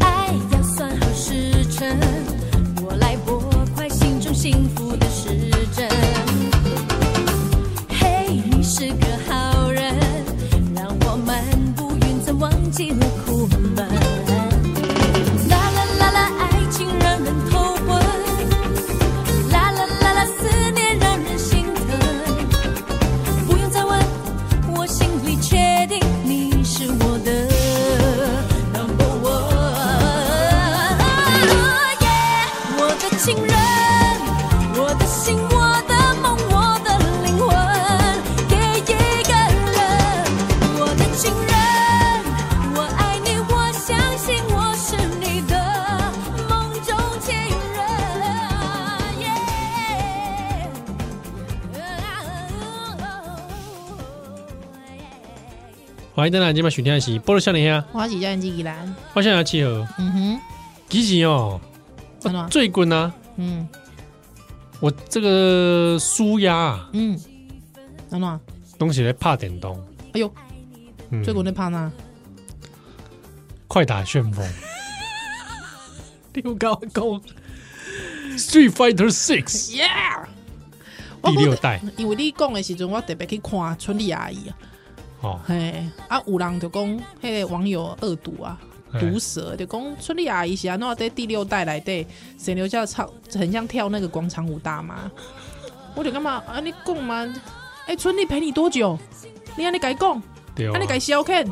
S1: 爱要算好时辰，我来拨快心中幸福的时针。嘿，你是个好人，让我们不云层忘记了苦闷。啦啦啦啦，爱情让人头昏，啦啦啦啦，思念让人心疼。不用再问，我心里确定你是我的 number one。Yeah，我的情人，我的心，我的梦，我的灵魂，给一个人。我的情人，我爱你，我相信我是你的梦中情人。Yeah。
S2: 欢迎大家今晚收听的是《波罗少年兄》，
S3: 花喜叫人机宜兰，
S2: 我现在要集合。
S3: 嗯哼，
S2: 其实哦，
S3: 真的吗？
S2: 最近啊，
S3: 嗯
S2: 我这个舒压啊，
S3: 嗯，真的吗？
S2: 东西来怕点动，
S3: 哎呦，
S2: 嗯
S3: 最近在怕哪？
S2: 快打旋
S3: *laughs*
S2: 风，六高高，Street Fighter Six
S3: Yeah，
S2: 第六代
S3: 因为你讲的时阵，我特别去看春丽阿姨啊，
S2: 哦，
S3: 嘿，啊有人就讲，迄、个网友恶毒啊，
S2: 哎
S3: 毒蛇，就讲春丽阿姨是安怎在第六代来对神留下唱，很像跳那个广场舞大妈。我就干嘛啊？你讲嘛？哎、春丽陪你多久？你安尼该讲，
S2: 对
S3: 安尼该
S2: 啊，
S3: 消遣。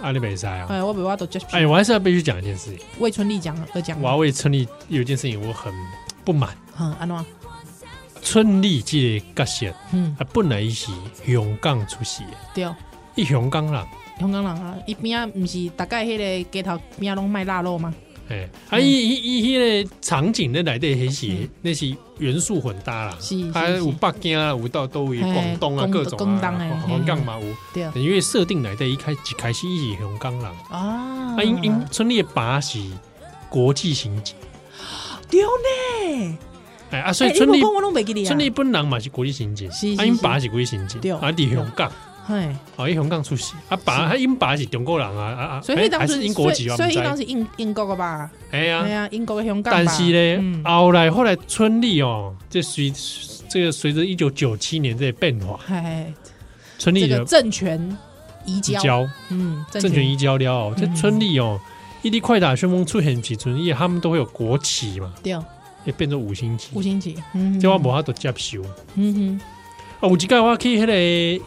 S2: 阿里北塞啊。
S3: 哎，我没办法都接受。
S2: 哎，我还是要必须讲一件事情，
S3: 为春丽讲而讲
S2: 我，要为春丽有一件事情我很不满。
S3: 嗯，安怎？
S2: 春丽这个角色
S3: 嗯，
S2: 啊，本来伊是香港出世的，
S3: 对，
S2: 伊香港人，
S3: 香港人啊，伊边啊，毋是大概迄个街头边啊拢卖腊肉吗？
S2: 哎，啊伊伊伊迄个场景咧内底迄是
S3: 嗯
S2: 那是元素混搭啦
S3: 是，
S2: 还
S3: 是是
S2: 有北京啊，有到都有
S3: 嘿
S2: 广东啊
S3: 广
S2: 各种
S3: 广东的
S2: 啊，
S3: 嘿
S2: 香港嘛有。
S3: 对啊，
S2: 因为设定内底一开一开始伊是香港人，啊
S3: 啊
S2: 因因春丽的爸是国际刑警，
S3: 对呢。
S2: 哎啊，所
S3: 哎，
S2: 以
S3: 你
S2: 春
S3: 无
S2: 丽
S3: 讲我拢袂记你啊。
S2: 春丽本人嘛是国际刑警
S3: 是，
S2: 啊
S3: 是
S2: 因
S3: 是
S2: 爸是国际刑警
S3: 对，
S2: 啊伫香港，
S3: 嘿，
S2: 啊伊香港出世，啊爸啊因爸是中国人啊啊啊，
S3: 所以迄
S2: 还
S3: 当时
S2: 是英国籍啊，
S3: 所以
S2: 不
S3: 迄
S2: 知
S3: 当时英英国个吧，
S2: 哎呀
S3: 哎。呀，英国个香港吧。
S2: 但是呢，啊
S3: 嗯
S2: 后来后来春丽哦，这随这个随着一九九七年这些变化，
S3: 哎，
S2: 春
S3: 这
S2: 丽的
S3: 个政权移
S2: 移
S3: 交，
S2: 交
S3: 嗯，
S2: 政权移交了哦，这
S3: 嗯
S2: 春丽哦，伊利快打旋风出现几阵，因为他们都会有国旗嘛，
S3: 对，
S2: 也变成五星旗
S3: 五，星级，嗯，
S2: 这我无法度接受。
S3: 嗯哼，
S2: 啊，有一届我去迄个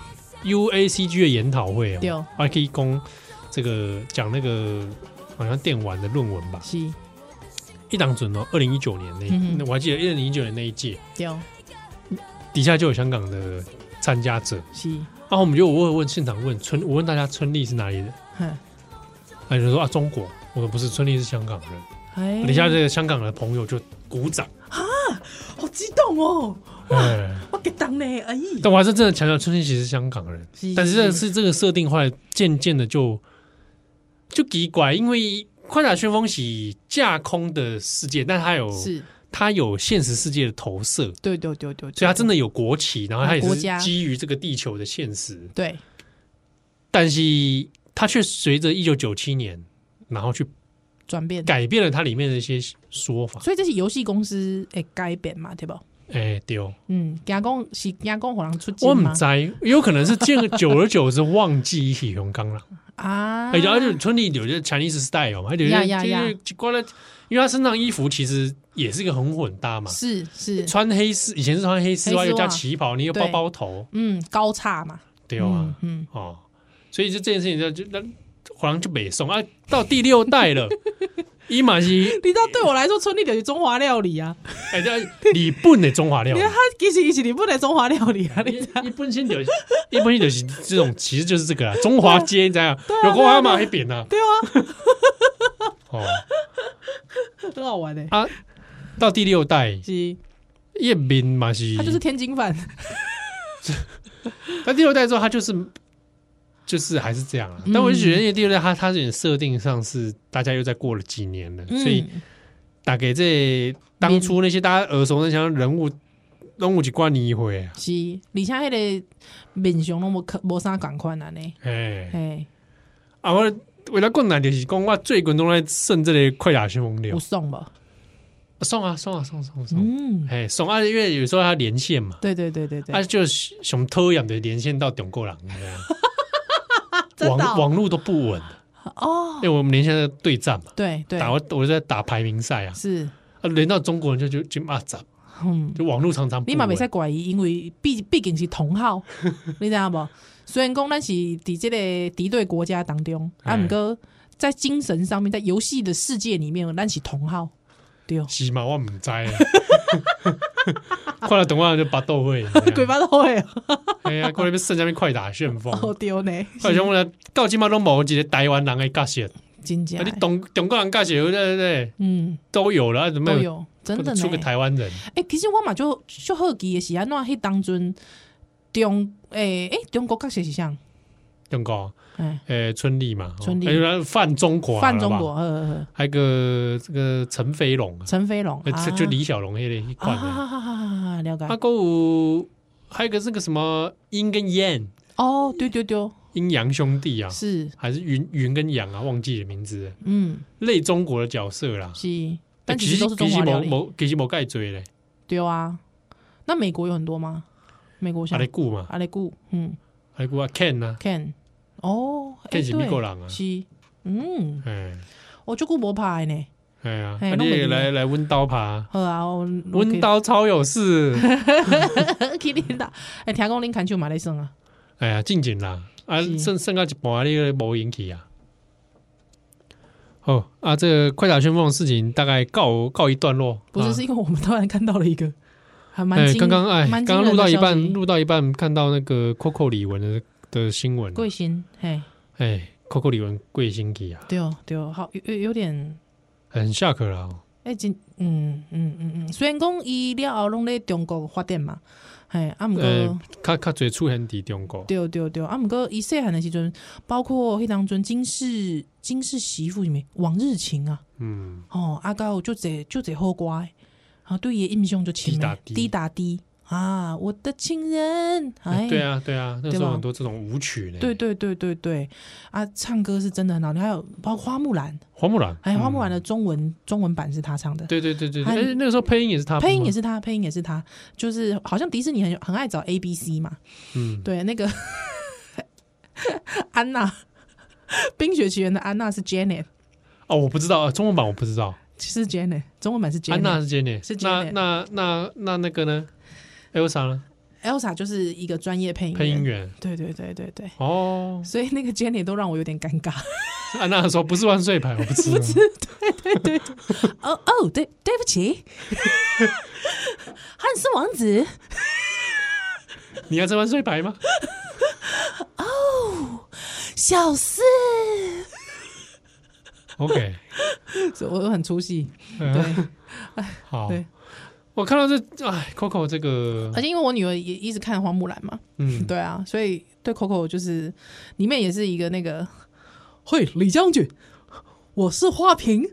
S2: UACG 的研讨会
S3: 对
S2: 哦，我还可以讲这个讲那个好像电玩的论文吧，
S3: 是，
S2: 一档准哦，二零一九年那
S3: 嗯
S2: 一，我还记得二零一九年那一届
S3: 对，
S2: 底下就有香港的参加者。
S3: 是，
S2: 然后我们就我有问现场问春，我问大家春丽是哪里人，
S3: 哼，
S2: 他就说啊中国。我说不是，春丽是香港人。
S3: 哎，
S2: 等一下，这个香港的朋友就鼓掌。
S3: 好激动哦，
S2: 哎，
S3: 我激动呢，哎，
S2: 但我还是真的强调，春丽其实是香港人。但是这个是这个设定后来渐渐的就就奇怪，因为《快打旋风》是架空的世界，但它有
S3: 是，
S2: 它有现实世界的投射，所
S3: 对对对对，
S2: 以它真的有国旗，然后它也
S3: 有啊国
S2: 是
S3: 家
S2: 基于这个地球的现实。
S3: 对，
S2: 但是它却随着一九九七年，然后去
S3: 转变，
S2: 改变了它里面的一些说法。
S3: 所以这是游戏公司诶改变嘛，对不？
S2: 哎、对哦，
S3: 嗯，惊讲是惊讲，互人出
S2: 我
S3: 金
S2: 唔
S3: 嘛
S2: 知，有可能是见了久而久之忘记一起熊刚了。
S3: 啊，
S2: 而且而且村里有些 Chinese style 嘛，而且
S3: 呀呀呀
S2: 就是关了，因为他身上衣服其实也是一个很混搭嘛，
S3: 是是，
S2: 穿黑丝以前是穿黑丝袜，
S3: 黑丝袜
S2: 又加旗袍，你又
S3: 对
S2: 包包头，
S3: 嗯，高差嘛，
S2: 对
S3: 嗯
S2: 啊，
S3: 嗯，
S2: 哦，所以就这件事情就就那好像就北宋啊，到第六代
S3: *laughs*
S2: 了，伊嘛是
S3: 你知道对我来说，春丽就是中华料理啊。
S2: 哎这日本的中华料
S3: *laughs* 你
S2: 理
S3: 看，。他其实伊是日本的中华料理啊，你知道？
S2: 一本性就是，一本性就是这种，其实就是这个啦。中华街你知道吗，
S3: 啊
S2: 有国华马一边呐。对啊。哦，
S3: *laughs* 很好玩的，
S2: 啊，到第六代，
S3: 是，
S2: 叶面嘛是，
S3: 他就是天津饭，
S2: 那第六代之后，他就是就是还是这样啊。但我就觉得，因为第六代他他有点设定上是大家又在过了几年了，所以
S3: 嗯
S2: 大概这当初那些大家耳熟能详的人物，人物就关你一回啊。
S3: 是，而且迄个面相拢无可无啥共款安尼，
S2: 哎，
S3: 嘿，
S2: 啊，我为了困难就是讲，我最近都在剩这个快打旋风六
S3: 有，送无？
S2: 送啊送啊送送送，
S3: 嗯，
S2: 哎送啊，因为有时候他连线嘛，
S3: 对对对对对
S2: 啊，，就是熊偷痒的连线到中国人，你知道吗 *laughs*
S3: 真的
S2: 网
S3: 哦
S2: 网络都不 *laughs* 稳。
S3: 哦，
S2: 因为我们连线在对战嘛，
S3: 对对，
S2: 打我我在打排名赛啊，
S3: 是，
S2: 啊连到中国人就就就骂脏，
S3: 嗯，
S2: 就网络常啊常不
S3: 你嘛袂
S2: 稳
S3: 使怪伊，因为毕毕竟是
S2: *laughs*
S3: 同号，你知影无？虽然讲咱是伫即个敌对国家当中，啊，
S2: 嘿
S3: 毋过在精神上面，在游戏的世界里面，咱是同号，对。
S2: 是嘛，我唔知啊。 *laughs* 快来等我就拔豆会，
S3: *laughs* 鬼巴都会
S2: 哎呀，过来被剩下面快打旋风，
S3: 哦，丢呢，
S2: 快旋风来到今嘛都无一个台湾人的角色，啊
S3: 真假
S2: 你？中中国人角色对对对
S3: 嗯，
S2: 都有了，啊怎么
S3: 都
S2: 有
S3: 有，真的
S2: 出个
S3: 呢。
S2: 台湾人？
S3: 哎，其实我嘛就就好奇的是安怎迄当阵中诶诶中国角色是啥？
S2: 中国
S3: 哎，
S2: 呃春丽嘛，哦
S3: 春丽
S2: 还有范中国，
S3: 范中国，，呵呵呵，
S2: 还有个这个陈飞龙，
S3: 陈飞龙
S2: 呃，
S3: 啊
S2: 就李小龙那类一
S3: 啊
S2: 款的。
S3: 啊，了解
S2: 阿。狗还有一个是个什么阴跟阳，
S3: 哦，对对对，
S2: 阴阳兄弟啊，
S3: 是，
S2: 还是云云跟阳啊，忘记了名字了，
S3: 嗯，
S2: 类中国的角色啦。
S3: 是，
S2: 欸
S3: 但其实都是中
S2: 其
S3: 华料
S2: 某
S3: 理，
S2: 某其实某盖追嘞，
S3: 对啊。那美国有很多吗？美国
S2: 阿
S3: 像
S2: 啊来顾嘛，
S3: 阿雷古，嗯
S2: 阿来顾啊 Ken 啊
S3: ，Ken，哦，哎
S2: ，Ken 是美
S3: 对
S2: 国人啊，
S3: 是，嗯，
S2: 哎
S3: 我就顾博牌呢，
S2: 哎呀，
S3: 哎
S2: 啊
S3: 弄
S2: 你也
S3: 不
S2: 来
S3: 定
S2: 来温刀爬，
S3: 好啊，我
S2: 温，刀超有事。
S3: *laughs* 我 *laughs* 去去领导，哎，听讲恁砍球嘛来算啊，
S2: 哎呀，进前啦，啊，
S3: 是
S2: 剩剩到一半，你个无引起啊。哦啊，这个快打旋风的事情大概告告一段落。
S3: 不是，
S2: 啊
S3: 是因为我们突然看到了一个， *laughs* 还蛮
S2: 哎，
S3: 惊
S2: 刚刚哎，
S3: 蛮
S2: 刚刚
S3: 惊人的
S2: 录到一
S3: 消
S2: 半，
S3: 息
S2: 录到一半看到那个 Coco 李玟的的新闻，啊
S3: 贵新，嘿，
S2: 哎，Coco 李玟贵星级啊，
S3: 对哦对哦，好有有有点。
S2: 很下课哦啦。
S3: 哎、真嗯嗯嗯嗯，虽然讲伊了后拢咧中国发展嘛，嘿，啊毋过、
S2: 哎，较较最出现伫中国，
S3: 对对对，啊毋过伊细汉的时阵，包括迄当阵金氏金氏媳妇里面往日情啊，
S2: 嗯，
S3: 哦，啊到就这就这好歌的，啊对伊的印象就深
S2: 滴答
S3: 的，
S2: 滴
S3: 滴答滴啊，我的情人，哎，
S2: 对啊对啊，那时候
S3: 对吧
S2: 很多这种舞曲呢，
S3: 对对对对对，啊，唱歌是真的很好听，还有包括花木兰，
S2: 花木兰，
S3: 哎，花木
S2: 嗯
S3: 兰的中文、中文版是他唱的，
S2: 对对对对对，
S3: 还
S2: 哎，那个时候配音也是他，
S3: 配音也，是他，配音也是他，就是好像迪士尼很很爱找 A B C 嘛，
S2: 嗯，
S3: 对，那个 *laughs* 安娜，《冰雪奇缘》的安娜是 Janet，
S2: 哦，我不知道，呃中文版我不知道，
S3: 是 Janet，中文版是 Janet，
S2: 安娜是 Jenny，
S3: 是
S2: 那
S3: Janet
S2: 那那那那个呢？Elsa 呢？
S3: Elsa 就是一个专业配音
S2: 配音，员
S3: 对对对对对，
S2: 哦，
S3: 所以那个 Janet 都让我有点尴尬，
S2: 安娜说不是万岁牌，我不知道。
S3: *laughs* 哦哦，对，对不起， *laughs* 汉斯王子，
S2: 你要吃万岁牌吗？
S3: 小四，
S2: OK，
S3: 所以我很出戏，
S2: 对，
S3: 对，
S2: 好
S3: 对。
S2: 我看到这，哎，Coco 这个
S3: 而，且因为我女儿也一直看花木兰嘛，
S2: 嗯，
S3: 对啊，所以对 Coco 就是里面也是一个那个，嘿，李将军，我是花瓶，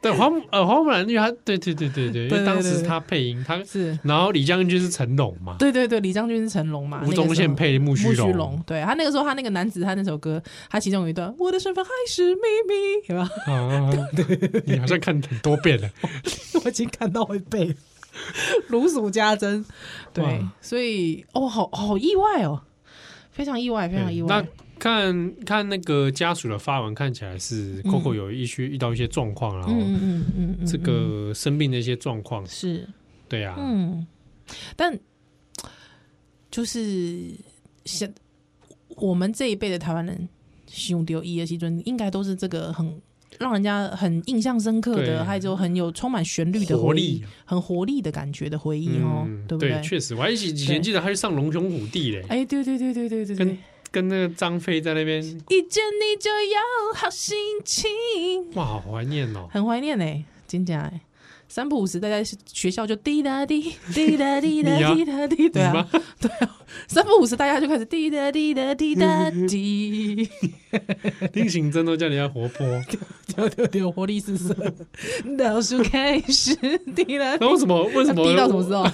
S2: 对，花木呃花木兰，因为他，对对对对对，因
S3: 对
S2: 为
S3: 对
S2: 当时
S3: 对
S2: 是他配音，他，
S3: 是
S2: 然后李将军是成龙嘛，
S3: 对对对，李将军是成龙嘛，
S2: 吴宗宪配木
S3: 那
S2: 须
S3: 个时候木须
S2: 龙
S3: 龙，对他那个时候他那个男子汉那首歌，他其中有一段我的身份还是秘密，有吧？
S2: 啊，你好像看很多遍
S3: *laughs*
S2: 了，
S3: 我已经看到会背了，如数家珍，对
S2: 哇，
S3: 所以哦，好好意外哦，非常意外，非常
S2: 对
S3: 意
S2: 那
S3: 外，
S2: 看看那个家属的发文，看起来是
S3: 嗯
S2: Coco 有一些遇到一些状况，然
S3: 嗯
S2: 后
S3: 嗯嗯嗯嗯，
S2: 这
S3: 嗯
S2: 个生病的一些状况，
S3: 是
S2: 对啊，
S3: 嗯，但就是像我们这一辈的台湾人，想丢伊的西尊，应该都是这个很让人家很印象深刻
S2: 对
S3: 的，还有很有充满旋律的
S2: 活
S3: 回
S2: 力
S3: 忆，很活力的感觉的回忆哦，
S2: 嗯，
S3: 对不
S2: 对？确实，我还以前以前
S3: 对
S2: 记得他去上龙兄虎弟嘞，
S3: 哎，对对对对对对
S2: 跟
S3: 对，
S2: 跟那个张飞在那边，
S3: 一见你就有好心情，
S2: 哇，好怀念哦。
S3: 很怀念哎，真假哎。三不五时，大家学校就滴
S2: *laughs*
S3: 答滴滴答滴
S2: 你啊
S3: 答滴答滴， *laughs*
S2: 你
S3: 对啊
S2: 吗，？
S3: 对啊，三不五十，大家就开始滴答滴答滴答滴，
S2: 丁行真都叫人家活泼，
S3: *laughs*
S2: *laughs*
S3: 丢丢丢，活力四射，倒数开始滴答，
S2: 那为什么为
S3: *laughs*
S2: 什么
S3: 滴到什么时候？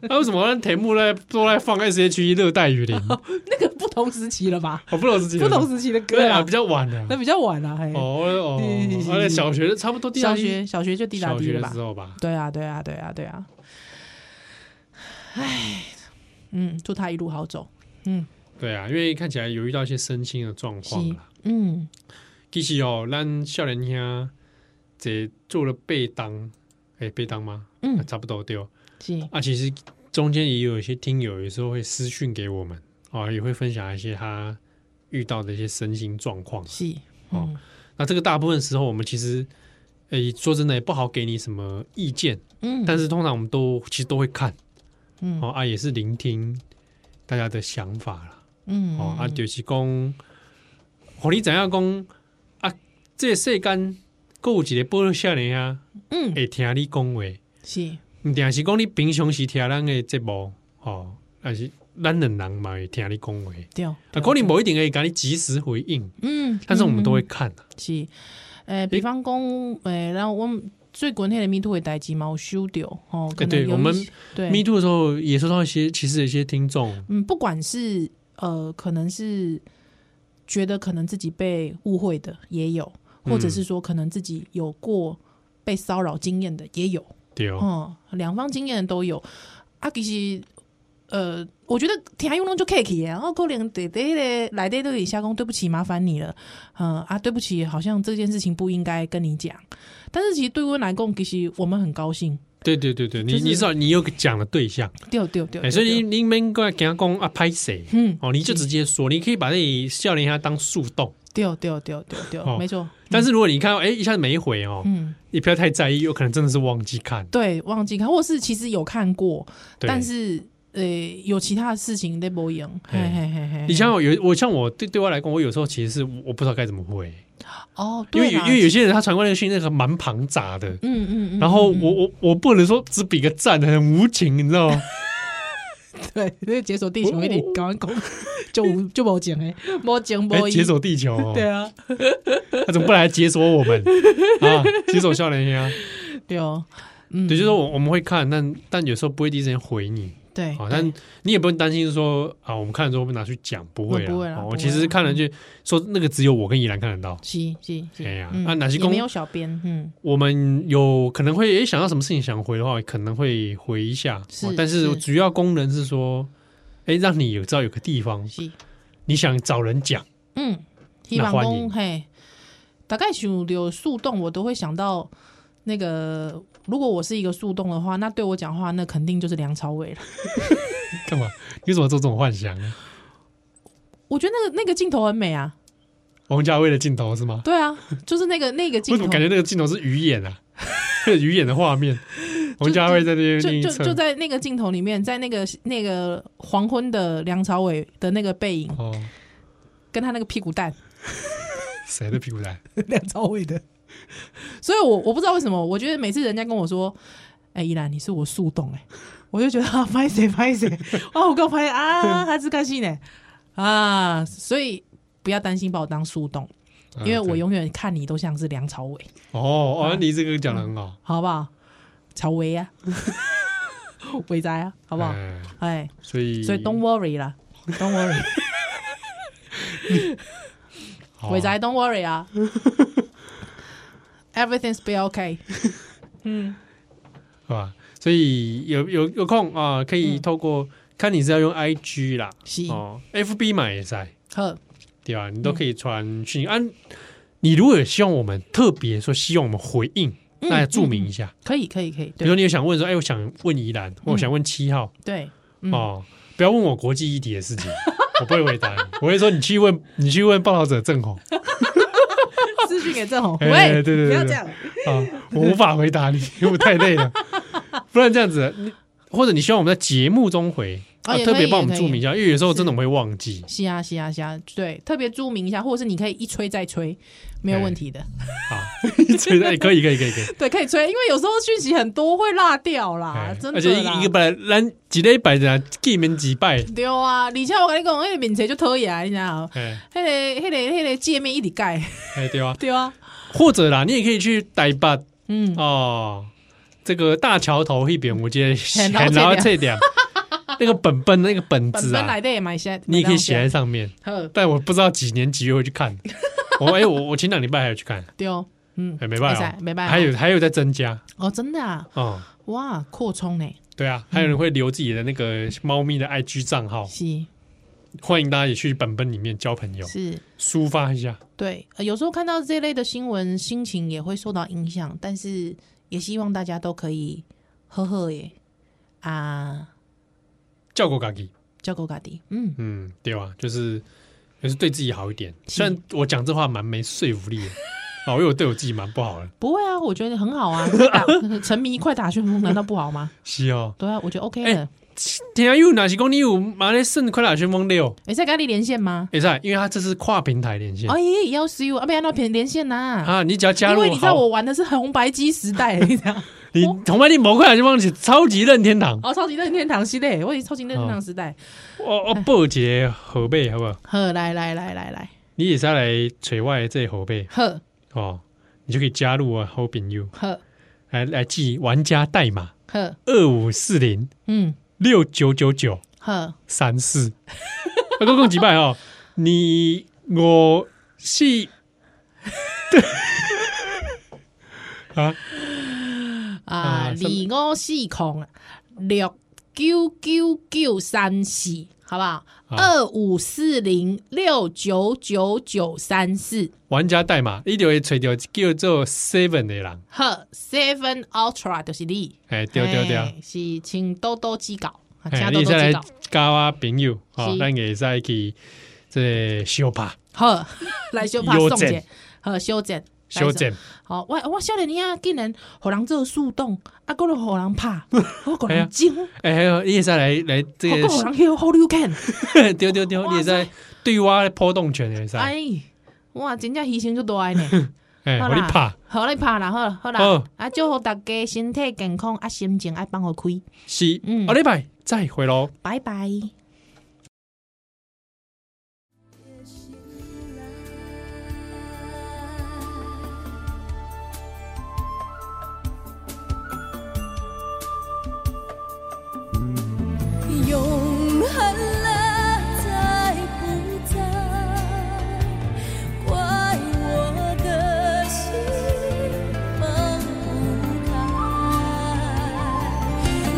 S2: *laughs* 那为什么让田木在都在放 S H E 热带雨
S3: *laughs*
S2: 林？
S3: 那个不同时期了吧？
S2: 我不懂自己
S3: 不同时期的
S2: 对
S3: 歌
S2: 啊，
S3: 啊
S2: 比，较晚了
S3: 那。比较晚了，啊嘿，
S2: 哦哦，而且小学差不多第
S3: 小学小学就滴答
S2: 小
S3: 滴
S2: 学
S3: 了
S2: 的
S3: 吧
S2: 时？候吧。
S3: 对啊，对啊，对啊，对啊，唉，嗯，祝他一路好走，
S2: 对啊，因为看起来有遇到一些身心的状况
S3: 是
S2: 啦。，
S3: 嗯，
S2: 其实哦，咱少年兄这做了被当，哎，被当吗？
S3: 嗯
S2: 啊差不多对哦。
S3: 是，
S2: 啊，其实中间也有一些听友有时候会私讯给我们啊，也会分享一些他遇到的一些身心状况。
S3: 是，
S2: 哦
S3: 嗯
S2: 那这个大部分时候我们其实，诶、说真的也不好给你什么意见，
S3: 嗯，
S2: 但是通常我们都其实都会看，
S3: 嗯
S2: 哦啊，也是聆听大家的想法啦。
S3: 嗯
S2: 哦、啊，就是讲，互你怎样讲啊？这个世间够有一个报少年啊，
S3: 嗯
S2: 会听你讲话。
S3: 是，
S2: 毋定是讲你平常时听咱的节目，吼、哦，但是咱两人嘛会听你讲话，
S3: 对，哦
S2: 啊，可能无一定会甲你及时回应，
S3: 嗯，
S2: 但是我
S3: 嗯
S2: 们都会
S3: 嗯
S2: 看、啊
S3: 是，诶、比方讲，诶、然后我们最近迄个 Me Too 的代志嘛，有收到哦，可
S2: 哎对
S3: 能有一些、
S2: 我们
S3: 对
S2: Me too 的时候也收到一些，其实有一些听众，
S3: 嗯，不管是呃，可能是觉得可能自己被误会的也有，或者
S2: 嗯
S3: 是说可能自己有过被骚扰经验的也有，
S2: 对哦，
S3: 嗯，两方经验的都有。啊，其实呃，我觉得听用弄就 cake 然哦后可能对对嘞，来对对下工，对不起，麻烦你了，嗯啊，对不起，好像这件事情不应该跟你讲，但是其实对温来讲，其实我们很高兴，
S2: 对对对对，你
S3: 就是
S2: 你至少你有个讲的对象，
S3: 对对对，
S2: 哎，
S3: 对
S2: 所以
S3: 对
S2: 你你们过来给他讲啊拍谁
S3: 嗯，
S2: 哦，你就直接说，你可以把那笑脸给他当树洞，
S3: 对对对对
S2: 哦
S3: 对，没错，
S2: 但是如果你看到哎一下子没回哦，
S3: 嗯，
S2: 你不要太在意，有可能真的是忘记看，
S3: 对，忘记看，或是其实有看过，
S2: 对
S3: 但是呃，有其他的事情在播影，嘿
S2: 哎
S3: 嘿嘿嘿，
S2: 你像我有我像我对对我来讲，我有时候其实是我不知道该怎么回，
S3: 哦，
S2: 因为
S3: 对
S2: 有
S3: 啦，
S2: 因为有些人他传过来的讯息那个蛮庞杂的，
S3: 嗯嗯嗯，
S2: 然后
S3: 嗯
S2: 我我我不能说只比个赞，很无情，你知道
S3: *laughs*
S2: 吗？
S3: 对，所以解锁地球一点搞完讲， *laughs* 就无就无讲诶，无讲
S2: 哦哎、
S3: 无
S2: 解锁地球、哦，
S3: *laughs* 对啊，
S2: 他怎么不来解锁我
S3: *laughs*
S2: 们啊？解锁笑脸呀，
S3: 对哦，嗯，
S2: 对，就是说我我们会看，但但有时候不会第一时间回你，
S3: 对，
S2: 好、
S3: 对
S2: 但你也不用担心说啊，我们看了之后会拿去讲，不会啦，
S3: 嗯不会啦
S2: 哦
S3: 不会
S2: 我
S3: 啦
S2: 其实看了就说那个只有我跟依兰看得到，
S3: 是是是，
S2: 哎呀
S3: 嗯
S2: 啊哪些
S3: 也
S2: 公
S3: 没有小编，嗯，
S2: 我们有可能会诶想到什么事情想回的话，可能会回一下，
S3: 是
S2: 哦但是
S3: 是
S2: 主要功能是说，诶，让你有知道有个地方
S3: 是，
S2: 你想找人讲， *laughs*
S3: 嗯，希
S2: 那
S3: 望
S2: 欢迎
S3: 讲嘿，大概想有树洞，我都会想到那个，如果我是一个树洞的话，那对我讲话，那肯定就是梁朝伟了。 *laughs*
S2: 干嘛？你怎么做这种幻想呢？
S3: 我觉得那个那个镜头很美啊，
S2: 王家卫的镜头是吗？
S3: 对啊，就是那个那个镜
S2: 为什
S3: 头
S2: 么，感觉那个镜头是鱼眼啊？ *laughs* 鱼眼的画面，王家卫在那边另
S3: 就
S2: 一
S3: 就
S2: 侧
S3: 就在那个镜头里面，在那个那个黄昏的梁朝伟的那个背影，
S2: 哦，
S3: 跟他那个屁股
S2: *laughs*
S3: 蛋，
S2: 谁的屁股蛋？
S3: 梁朝伟的。所以我我不知道为什么，我觉得每次人家跟我说：“哎、依兰，你是我树洞。”哎， *laughs* 我就觉得啊，拍谁拍谁 *laughs* 啊，我刚拍啊，还是开心呢啊，所以不要担心把我当树洞，
S2: 啊
S3: *laughs* 因为我啊
S2: 对
S3: 永远看你都像是梁朝伟，
S2: 哦，安妮这个讲的很好，
S3: 好不好？朝伟啊， *laughs* 伟仔啊，
S2: 好
S3: 好不好？
S2: 哎，
S3: 哎，
S2: 所以
S3: 所以 don't worry 啦，don't worry，
S2: *laughs* 好
S3: 伟仔 don't worry 啊 *laughs* ，everything's be okay。
S2: 哦好吧？所以有有有空啊，可
S3: 嗯
S2: 以透过看你是要用 IG 啦，
S3: 是
S2: 哦，FB 嘛也在，
S3: 好，
S2: 对吧？你都可以传讯息啊。你如果有希望我们特别说希望我们回应，
S3: 嗯
S2: 那注明一下，
S3: 可以，可以，可以，
S2: 比如说
S3: 对
S2: 你有想问说，哎，我想问宜兰，或我想问七号。
S3: 对，嗯
S2: 哦，不要问我国际议题的事情， *laughs* 我不会回答你。我会说你去问，你去问报道者郑红
S3: 私讯给郑红，
S2: 哎
S3: *laughs* 喂，
S2: 对对对
S3: 不要这样，
S2: 啊，我无法回答你， *laughs* 因为我太累了。不然这样子，你或者你希望我们在节目中回，
S3: 哦
S2: 啊
S3: 也可以
S2: 特别帮我们
S3: 也可
S2: 注
S3: 以
S2: 明一下，因为有时候真的我们会忘
S3: *laughs*
S2: 记。
S3: 是啊是啊是啊，对，特别注明一下，或者是你可以一吹再吹，没有问题的，
S2: *laughs* 好，所以哎可以可以可以可以。
S3: 对，可以吹，因为有时候讯息很多会落掉啦
S2: 哎，
S3: 啊真
S2: 而且
S3: 的
S2: 一
S3: 啦
S2: 一个。本来咱几礼拜的见面几拜，
S3: 对啊，而且我跟你讲，那个面册就讨厌，你知道吗？
S2: 哎
S3: 那个、那个、那个界面一直改， *laughs*
S2: 哎对啊，
S3: 对啊，
S2: 或者啦，你也可以去台北
S3: 嗯，
S2: 哦，这个大桥头那边，我觉得
S3: 很老
S2: 很
S3: 这
S2: 后
S3: 点
S2: 这
S3: *laughs*
S2: 点，那个本本那个本
S3: 本
S2: 子
S3: 本
S2: 啊
S3: 来，的也买些，
S2: 你也可以写在上面，
S3: 好，
S2: 但我不知道几年几月会去看。我哎、我我前两礼拜还有去看，
S3: 对哦，嗯
S2: 哎、，没办
S3: 可
S2: 法
S3: 以
S2: 哦，
S3: 可以没办法
S2: 还有还有在增加
S3: 哦，真的啊，
S2: 哦、
S3: 哇，扩充呢，
S2: 对啊，还有人会留自己的那个猫咪的 IG 账号，
S3: 是
S2: 欢迎大家也去本本里面交朋友，
S3: 是。
S2: 抒发一下。
S3: 对、呃有时候看到这类的新闻，心情也会受到影响，但是也希望大家都可以呵呵耶啊，
S2: 叫狗嘎吉，
S3: 叫狗嘎迪，嗯，
S2: 嗯，对吧、就是也是对自己好一点。
S3: 是
S2: 虽然我讲这话蛮没说服
S3: *laughs*
S2: 力的，哦，因为我对我自己蛮不好的。
S3: 不会啊，我觉得很好 *laughs* 啊，打沉迷快打旋风难道不好吗？
S2: 是哦，
S3: 对啊，我觉得 OK 的。
S2: 天下有哪些公你有马来圣快打旋风六？
S3: 哎、在跟你连线吗？
S2: 哎、在，因为它这是跨平台连线、
S3: 哎、要死我，啊，不要那连连线呐、
S2: 啊，你只要加
S3: 因
S2: 入好，
S3: 为你知道我玩的是红白机时代，你知道？
S2: 你同班你某块就忘记超级任天堂，
S3: 哦，超级任天堂系列，我也超级任天
S2: 哦
S3: 堂时代。哦
S2: 我我报一个后辈好不好？
S3: 呵，来来来来来，
S2: 你也是要来找我的这个后辈
S3: 呵
S2: 哦，你就可以加入我的好朋友，
S3: 呵
S2: 来来记玩家代码
S3: 呵，
S2: 二五四零
S3: 嗯
S2: 六九九九
S3: 呵，
S2: 三四， *laughs* 我共共几拜哦？你我是 *laughs* 啊，
S3: 啊，
S2: 啊
S3: 二五四空六九九九三四，好不好？
S2: 好
S3: 二五四零六九九九三四，
S2: 玩家代码一定会吹掉叫做 Seven 的人，
S3: 呵，Seven Ultra 就是你，
S2: 哎，对对
S3: 嘿
S2: 对，，
S3: 是请多多指教，啊
S2: 哎，
S3: 请
S2: 你
S3: 多
S2: 再
S3: 多指
S2: 来
S3: 教，
S2: 加我朋友，好，
S3: 是
S2: 咱也再去这修吧，
S3: 呵，来修帕
S2: 优
S3: 送
S2: 剪
S3: 解，呵，修剪，来
S2: 修正，
S3: 好，我我少年啊，竟然互人做树洞，啊，搁咧互人拍，我互
S2: *laughs* 哎呀
S3: 人惊，
S2: 哎，还有你也再来来这
S3: 我
S2: 个
S3: 搁
S2: *laughs*
S3: 互人 h hold you can，
S2: 丢丢丢，
S3: 啊哇
S2: 你也在对我的波动权也是，哎，
S3: 哎，哇，真正牺牲就大呢，好
S2: 我你
S3: 啦
S2: 怕，
S3: 好你拍啦，好啦好啦
S2: 好，
S3: 啊，祝福大家身体健康，啊，心情爱放互开，
S2: 是，
S3: 嗯
S2: 我礼拜再回喽。
S3: 拜拜。
S1: 永恒了在不在？怪我的心放不开，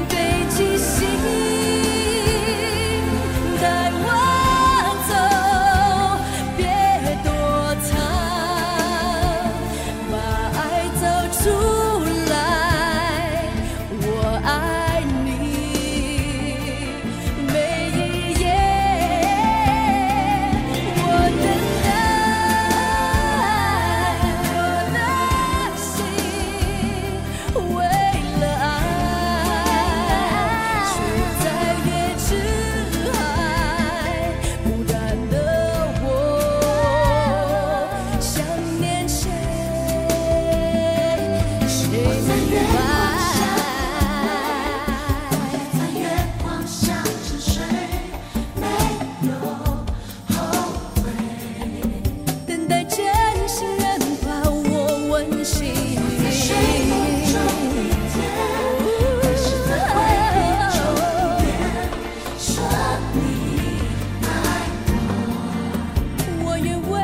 S1: 背起心带我走，别躲藏，把爱走出来，我爱你，每一夜我等待，我的心为了爱，却在月之海孤单的我，想念谁？谁明白？
S5: 在月光下沉睡，没有后悔。
S1: 等待真心人把我温馨。
S5: 在睡梦中一天，还是在回忆中一遍，说你爱
S1: 我愿为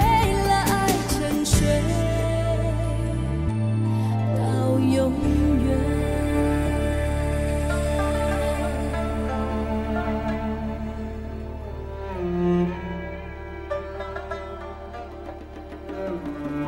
S1: 了爱沉睡到永远。
S5: 我。